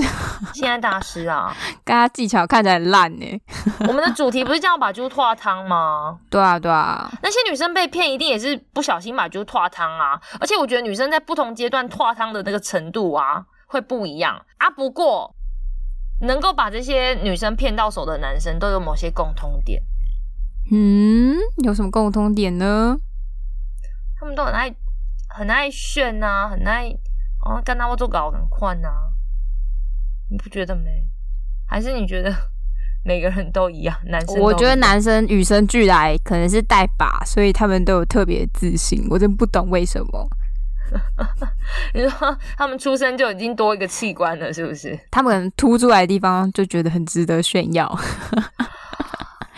Speaker 1: 现在大师啊，
Speaker 2: 刚刚技巧看起来很烂呢。
Speaker 1: 我们的主题不是这样把猪拓汤吗？
Speaker 2: 对啊，对啊，
Speaker 1: 那些女生被骗一定也是不小心把猪拓汤啊，而且我觉得女生在不同阶段拓汤的那个程度啊会不一样啊。不过能够把这些女生骗到手的男生都有某些共通点，
Speaker 2: 嗯，有什么共通点呢？
Speaker 1: 他们都很爱很爱炫呐、啊，很爱哦，干他我做搞很快呐、你不觉得没？还是你觉得 每个人都一样？男生都
Speaker 2: 我觉得
Speaker 1: 一样
Speaker 2: 男生与生俱来可能是带把，所以他们都有特别自信。我真不懂为什么
Speaker 1: 你说他们出生就已经多一个器官了，是不是？
Speaker 2: 他们可能凸出来的地方就觉得很值得炫耀。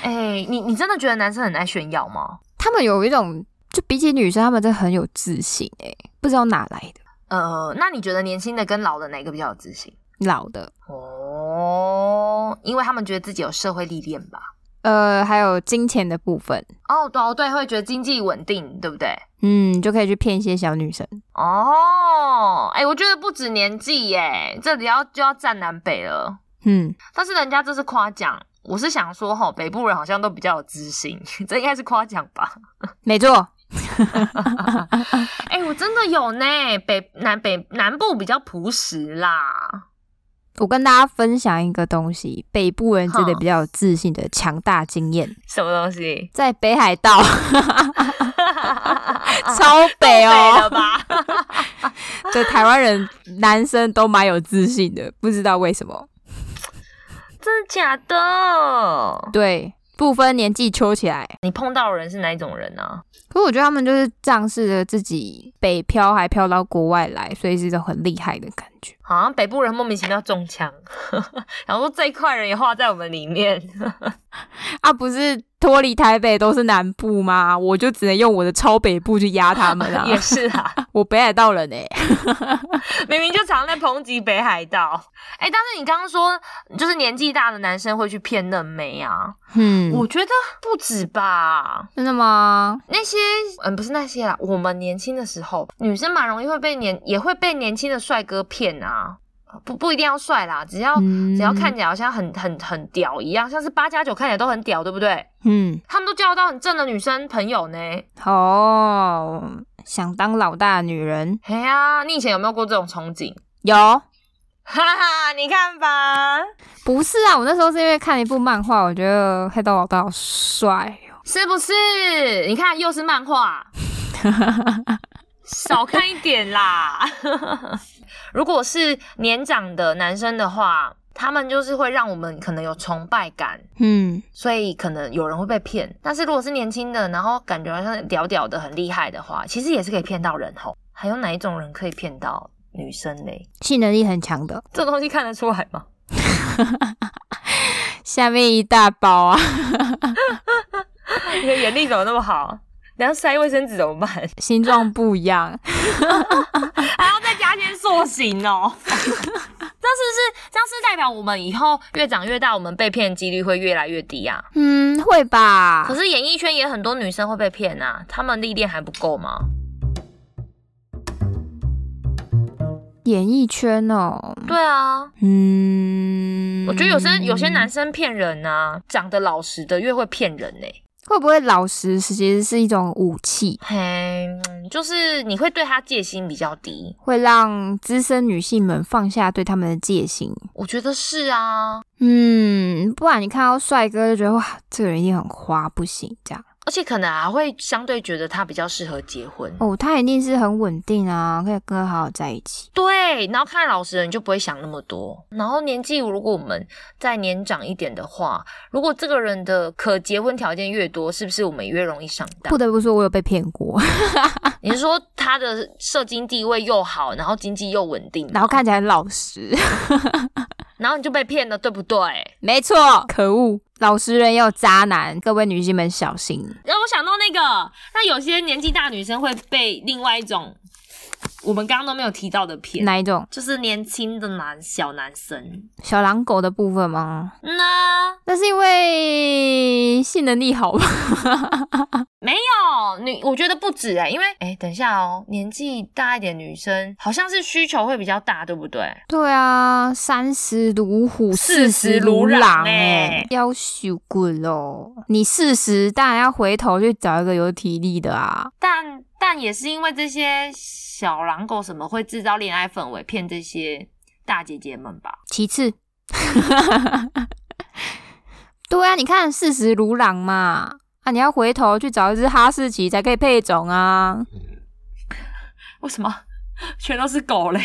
Speaker 1: 哎、你你真的觉得男生很爱炫耀吗？
Speaker 2: 他们有一种，就比起女生，他们真的很有自信哎、不知道哪来的
Speaker 1: 呃，那你觉得年轻的跟老的哪个比较有自信？
Speaker 2: 老的，
Speaker 1: 哦，因为他们觉得自己有社会历练吧。
Speaker 2: 呃，还有金钱的部分，
Speaker 1: 哦，对哦，对，会觉得经济稳定，对不对？
Speaker 2: 嗯，就可以去骗一些小女生。
Speaker 1: 哦，哎、我觉得不止年纪耶，这里要就要站南北了。
Speaker 2: 嗯，
Speaker 1: 但是人家这是夸奖，我是想说吼，北部人好像都比较有自信，这应该是夸奖吧？
Speaker 2: 没错，
Speaker 1: 哎、我真的有呢，北南北南部比较朴实啦。
Speaker 2: 我跟大家分享一个东西，北部人真的比较有自信的强大经验，
Speaker 1: 什么东西？
Speaker 2: 在北海 道超北
Speaker 1: 够了
Speaker 2: 哦，
Speaker 1: 吧？
Speaker 2: 就台湾人男生都蛮有自信的，不知道为什么，
Speaker 1: 真的假的？
Speaker 2: 对，不分年纪揪起来。
Speaker 1: 你碰到的人是哪一种人呢、啊？
Speaker 2: 可我觉得他们就是仗势着自己北漂还漂到国外来，所以是一种很厉害的感觉。
Speaker 1: 好像北部人莫名其妙中枪， 然后说这一块人也画在我们里面。
Speaker 2: 啊，不是脱离台北都是南部吗？我就只能用我的超北部去压他们 啊
Speaker 1: 也！是啊，
Speaker 2: 我北海道人哎、
Speaker 1: 明明就常在抨击北海道。哎、但是你刚刚说，就是年纪大的男生会去骗嫩妹啊，
Speaker 2: 嗯，
Speaker 1: 我觉得不止吧。
Speaker 2: 真的吗？
Speaker 1: 那些，嗯，不是那些啦，我们年轻的时候，女生蛮容易会被年，也会被年轻的帅哥骗啊。不不一定要帅啦，只要、
Speaker 2: 嗯
Speaker 1: 只要看起来好像很很很屌一样，像是八加九看起来都很屌，对不对？
Speaker 2: 嗯，
Speaker 1: 他们都交到很正的女生朋友呢。
Speaker 2: 哦，想当老大的女人
Speaker 1: 哎呀，你以前有没有过这种憧憬？
Speaker 2: 有？
Speaker 1: 哈哈，你看吧，
Speaker 2: 不是啊，我那时候是因为看一部漫画，我觉得黑道老大好帅哦。
Speaker 1: 是不是？你看又是漫 画，少看一点啦。 如果是年长的男生的话，他们就是会让我们可能有崇拜感，
Speaker 2: 嗯，
Speaker 1: 所以可能有人会被骗。但是如果是年轻的，然后感觉好像屌屌的很厉害的话，其实也是可以骗到人吼。还有哪一种人可以骗到女生嘞？
Speaker 2: 性能力很强的，
Speaker 1: 这东西看得出来吗？
Speaker 2: 下面一大包啊。
Speaker 1: 你的眼力怎么那么好？然后塞卫生纸怎么办？
Speaker 2: 形状不一样，
Speaker 1: 还要再加些塑形 哦。这样是不是这样是代表我们以后越长越大，我们被骗的几率会越来越低啊？
Speaker 2: 嗯，会吧
Speaker 1: 可？是演艺圈也很多女生会被骗啊，她们历练还不够吗？
Speaker 2: 演艺圈哦，
Speaker 1: 对啊，
Speaker 2: 嗯，
Speaker 1: 我觉得有些有些男生骗人啊，长得老实的越会骗人呢、
Speaker 2: 会不会老实其实是一种武器，
Speaker 1: 嘿，嗯就是你会对他戒心比较低，
Speaker 2: 会让资深女性们放下对他们的戒心。
Speaker 1: 我觉得是啊。
Speaker 2: 嗯，不然你看到帅哥就觉得哇，这个人一定很花，不行这样。
Speaker 1: 而且可能还会相对觉得他比较适合结婚，
Speaker 2: 哦，他一定是很稳定啊，可以跟他好好在一起。
Speaker 1: 对，然后看老实人就不会想那么多。然后年纪，如果我们再年长一点的话，如果这个人的可结婚条件越多，是不是我们越容易上当
Speaker 2: 不？得不说，我有被骗过，
Speaker 1: 你是说他的社经地位又好，然后经济又稳定，
Speaker 2: 然后看起来很老实，
Speaker 1: 然后你就被骗了，对不对？
Speaker 2: 没错，可恶，老实人也有渣男，各位女性们小心。
Speaker 1: 让我想到那个，那有些年纪大女生会被另外一种我们刚刚都没有提到的骗，
Speaker 2: 哪一种
Speaker 1: 就是年轻的男小男生。
Speaker 2: 小狼狗的部分吗？
Speaker 1: 那、
Speaker 2: 那是因为性能力好吧？
Speaker 1: 没有女，我觉得不止哎、因为哎、等一下哦，年纪大一点女生好像是需求会比较大，对不对？
Speaker 2: 对啊，三十如虎，
Speaker 1: 四十
Speaker 2: 十
Speaker 1: 如狼
Speaker 2: 狼
Speaker 1: 欸
Speaker 2: 要修滚喽！你四十当然要回头去找一个有体力的啊。
Speaker 1: 但但也是因为这些小狼狗什么会制造恋爱氛围，骗这些大姐姐们吧？
Speaker 2: 其次， 对啊，你看四十如狼嘛，啊，你要回头去找一只哈士奇才可以配种啊。
Speaker 1: 为什么 全都是狗嘞？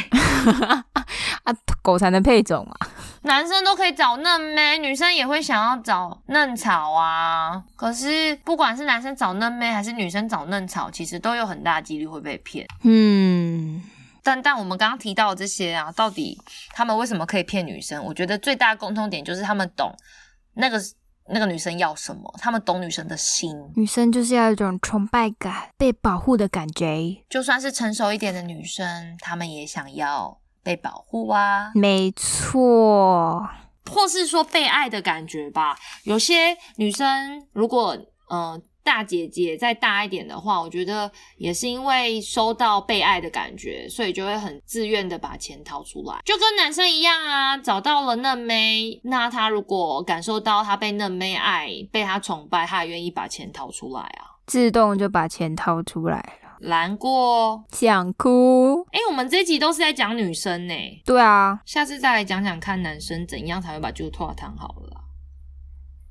Speaker 2: 啊，狗才能配种嘛。 啊
Speaker 1: 男生都可以找嫩妹，女生也会想要找嫩草啊。可是不管是男生找嫩妹还是女生找嫩草，其实都有很大几率会被骗。
Speaker 2: 嗯，
Speaker 1: 但但我们刚刚提到的这些啊，到底他们为什么可以骗女生？我觉得最大的共通点就是他们懂那个那个女生要什么，他们懂女生的心。
Speaker 2: 女生就是要有一种崇拜感、被保护的感觉。
Speaker 1: 就算是成熟一点的女生，她们也想要被保护啊，
Speaker 2: 没错，
Speaker 1: 或是说被爱的感觉吧。有些女生如果呃大姐姐再大一点的话，我觉得也是因为收到被爱的感觉，所以就会很自愿的把钱掏出来，就跟男生一样啊。找到了嫩妹，那他如果感受到他被嫩妹爱、被他崇拜，他也愿意把钱掏出来啊。
Speaker 2: 自动就把钱掏出来了，
Speaker 1: 难过，
Speaker 2: 想哭。
Speaker 1: 哎、我们这集都是在讲女生呢、
Speaker 2: 对啊，
Speaker 1: 下次再来讲讲看男生怎样才会把这个拓汤好了啦。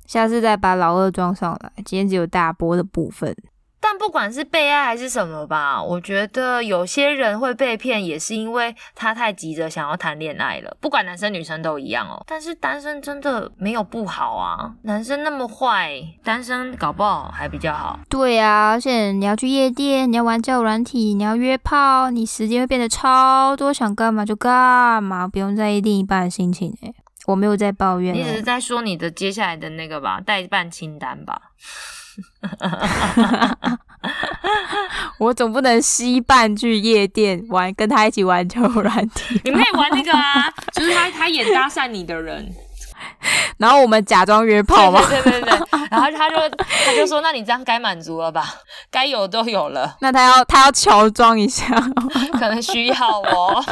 Speaker 2: 下次再把老二装上来。今天只有大波的部分。
Speaker 1: 但不管是被爱还是什么吧，我觉得有些人会被骗，也是因为他太急着想要谈恋爱了。不管男生女生都一样哦。但是单身真的没有不好啊，男生那么坏，单身搞不好还比较好。
Speaker 2: 对啊，而且你要去夜店，你要玩交友软体，你要约炮，你时间会变得超多，想干嘛就干嘛，不用在意另一半的心情、欸。我没有在抱怨、
Speaker 1: 你只是
Speaker 2: 哦，
Speaker 1: 在说你的接下来的那个吧，代办清单吧。
Speaker 2: 我总不能稀半去夜店玩，跟他一起玩交友软 体，
Speaker 1: 你们可以玩那个啊，就是他他演搭讪你的人，
Speaker 2: 然后我们假装约炮 吗？
Speaker 1: 对对对对对，然后他就他就说：“那你这样该满足了吧？该有都有了，
Speaker 2: 那他要他要乔装一下，哦
Speaker 1: 可能需要哦我。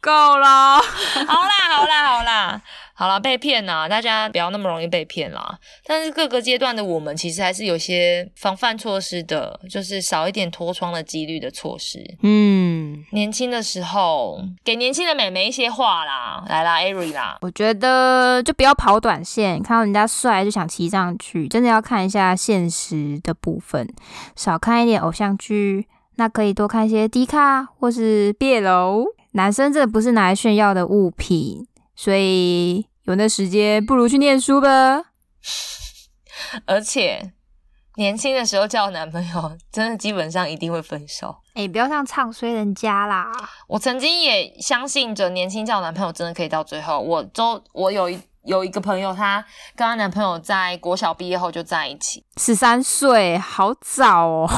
Speaker 2: 够了。
Speaker 1: 好啦，好啦，好啦，好啦，被骗啦，大家不要那么容易被骗啦。但是各个阶段的我们，其实还是有些防范措施的，就是少一点脱窗的几率的措施。
Speaker 2: 嗯，
Speaker 1: 年轻的时候，给年轻的美眉一些话啦，来啦，Ari 啦，
Speaker 2: 我觉得就不要跑短线，看到人家帅就想骑上去，真的要看一下现实的部分，少看一点偶像剧，那可以多看一些低卡或是 BL。男生真的不是拿来炫耀的物品，所以有那时间不如去念书吧。
Speaker 1: 而且。年轻的时候交男朋友，真的基本上一定会分手。
Speaker 2: 哎、不要这样唱衰人家啦！
Speaker 1: 我曾经也相信着年轻交男朋友真的可以到最后。我周我有一有一个朋友，她跟她男朋友在国小毕业后就在一起，
Speaker 2: 十三岁，好早哦。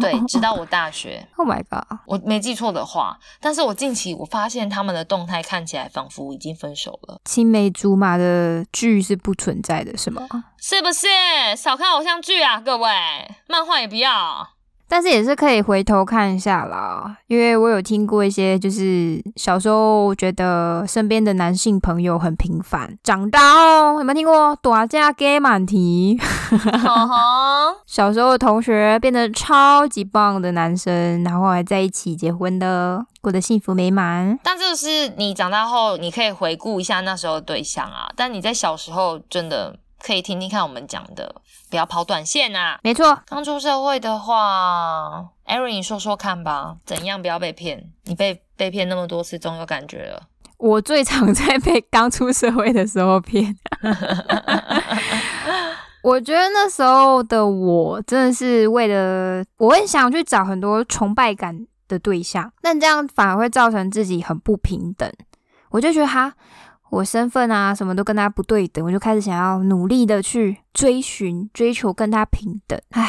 Speaker 1: 对，直到我大学，
Speaker 2: ，Oh my god！
Speaker 1: 我没记错的话。但是我近期我发现他们的动态看起来仿佛已经分手了，
Speaker 2: 青梅竹马的剧是不存在的，是吗？
Speaker 1: 是不是？少看偶像剧啊，各位，漫画也不要。
Speaker 2: 但是也是可以回头看一下啦，因为我有听过一些，就是小时候觉得身边的男性朋友很平凡，长大哦，有没有听过打架 gay 满题？
Speaker 1: 哼哼
Speaker 2: 小时候的同学变得超级棒的男生，然后还在一起结婚的，过得幸福美满。
Speaker 1: 但这个是你长大后，你可以回顾一下那时候的对象啊。但你在小时候真的可以听听看我们讲的，不要跑短线啊。
Speaker 2: 没错，
Speaker 1: 刚出社会的话，Aaron，你说说看吧，怎样不要被骗？你被被骗那么多次，总有感觉了。
Speaker 2: 我最常在被刚出社会的时候骗。 我觉得那时候的我真的是为了，我很想去找很多崇拜感的对象，但这样反而会造成自己很不平等。我就觉得哈，我身份啊什么都跟他不对等，我就开始想要努力的去追寻、追求跟他平等。唉，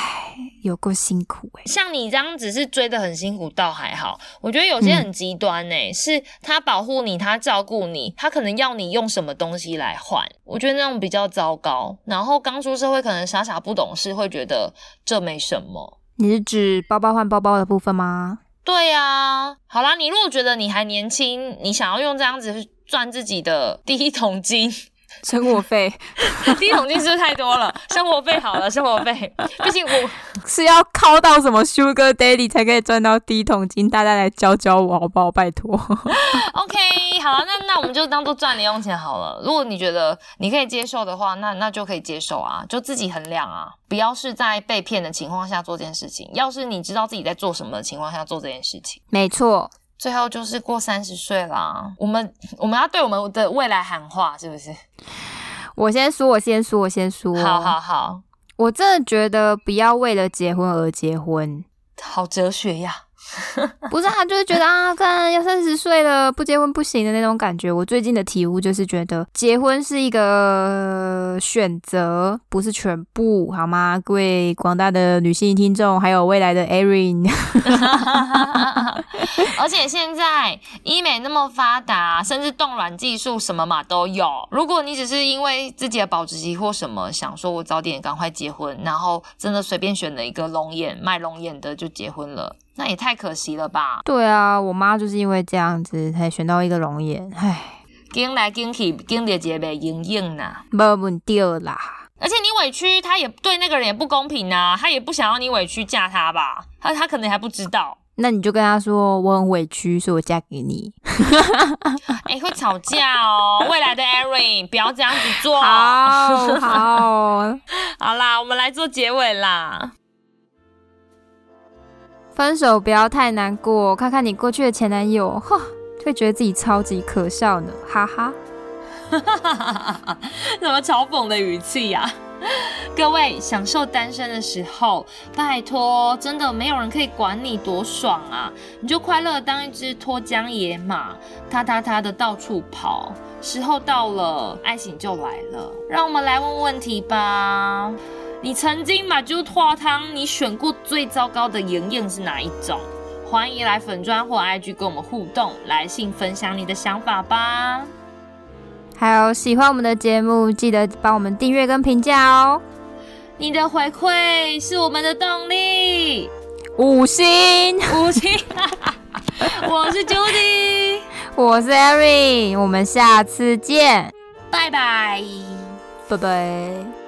Speaker 2: 有够辛苦欸诶、
Speaker 1: 像你这样只是追得很辛苦，倒还好。我觉得有些很极端呢、是他保护你，他照顾你，他可能要你用什么东西来换，我觉得那种比较糟糕。然后刚出社会，可能傻傻不懂事，会觉得这没什么。
Speaker 2: 你是指包包换包包的部分吗？
Speaker 1: 对呀、好啦，你如果觉得你还年轻，你想要用这样子赚自己的第一桶金，
Speaker 2: 生活费
Speaker 1: 第一桶金是不是太多了？生活费好了，生活费，毕竟我
Speaker 2: 是要靠到什么 Sugar Daddy 才可以赚到第一桶金？大家来教教我好不好？拜托。
Speaker 1: OK，好啊，那那我们就当做赚零用钱好了。如果你觉得你可以接受的话，那那就可以接受啊，就自己衡量啊，不要是在被骗的情况下做这件事情。要是你知道自己在做什么的情况下做这件事情，
Speaker 2: 没错，
Speaker 1: 最后就是过三十岁啦。我们我们要对我们的未来喊话，是不是？
Speaker 2: 我先说，我先说，我先说。
Speaker 1: 好好，好，
Speaker 2: 我真的觉得不要为了结婚而结 婚。
Speaker 1: 好哲学呀。
Speaker 2: 不是啊，就是觉得啊，看要三十岁了，不结婚不行的那种感觉。我最近的体悟就是觉得，结婚是一个选择，不是全部，好吗？各位广大的女性听众，还有未来的 Erin，
Speaker 1: 而且现在医美那么发达，甚至冻卵技术什么嘛都有。如果你只是因为自己的保质期或什么，想说我早点赶快结婚，然后真的随便选了一个龙眼卖龙眼的就结婚了，那也太可惜了吧？
Speaker 2: 对啊，我妈就是因为这样子才选到一个龙眼，唉。
Speaker 1: 跟来跟去，跟着结呗，莹莹呐。
Speaker 2: 没问题啦。
Speaker 1: 而且你委屈，他也对那个人也不公平呐、他也不想要你委屈嫁他吧？他他可能还不知道，
Speaker 2: 那你就跟他说我很委屈，所以我嫁给你。
Speaker 1: 哎、会吵架哦。未来的 Erin，不要这样子
Speaker 2: 哦
Speaker 1: 做。
Speaker 2: 好好，
Speaker 1: 好啦，我们来做结尾啦。
Speaker 2: 分手不要太难过，看看你过去的前男友，哈，会觉得自己超级可笑呢，哈哈。
Speaker 1: 什么嘲讽的语气呀、各位享受单身的时候，拜托，真的没有人可以管你多爽啊！你就快乐地当一只脱缰野马，踏踏踏的到处跑。时候到了，爱情就来了。让我们来问问题吧。你曾经把猪拖汤，你选过最糟糕的莹莹是哪一种？欢迎来粉砖或 IG 跟我们互动，来信分享你的想法吧。
Speaker 2: 还有喜欢我们的节目，记得帮我们订阅跟评价哦，
Speaker 1: 你的回馈是我们的动力。
Speaker 2: 五星。
Speaker 1: 五星， 我是 Judy，
Speaker 2: 我是 Erin，我们下次见，
Speaker 1: 拜拜。
Speaker 2: 拜拜。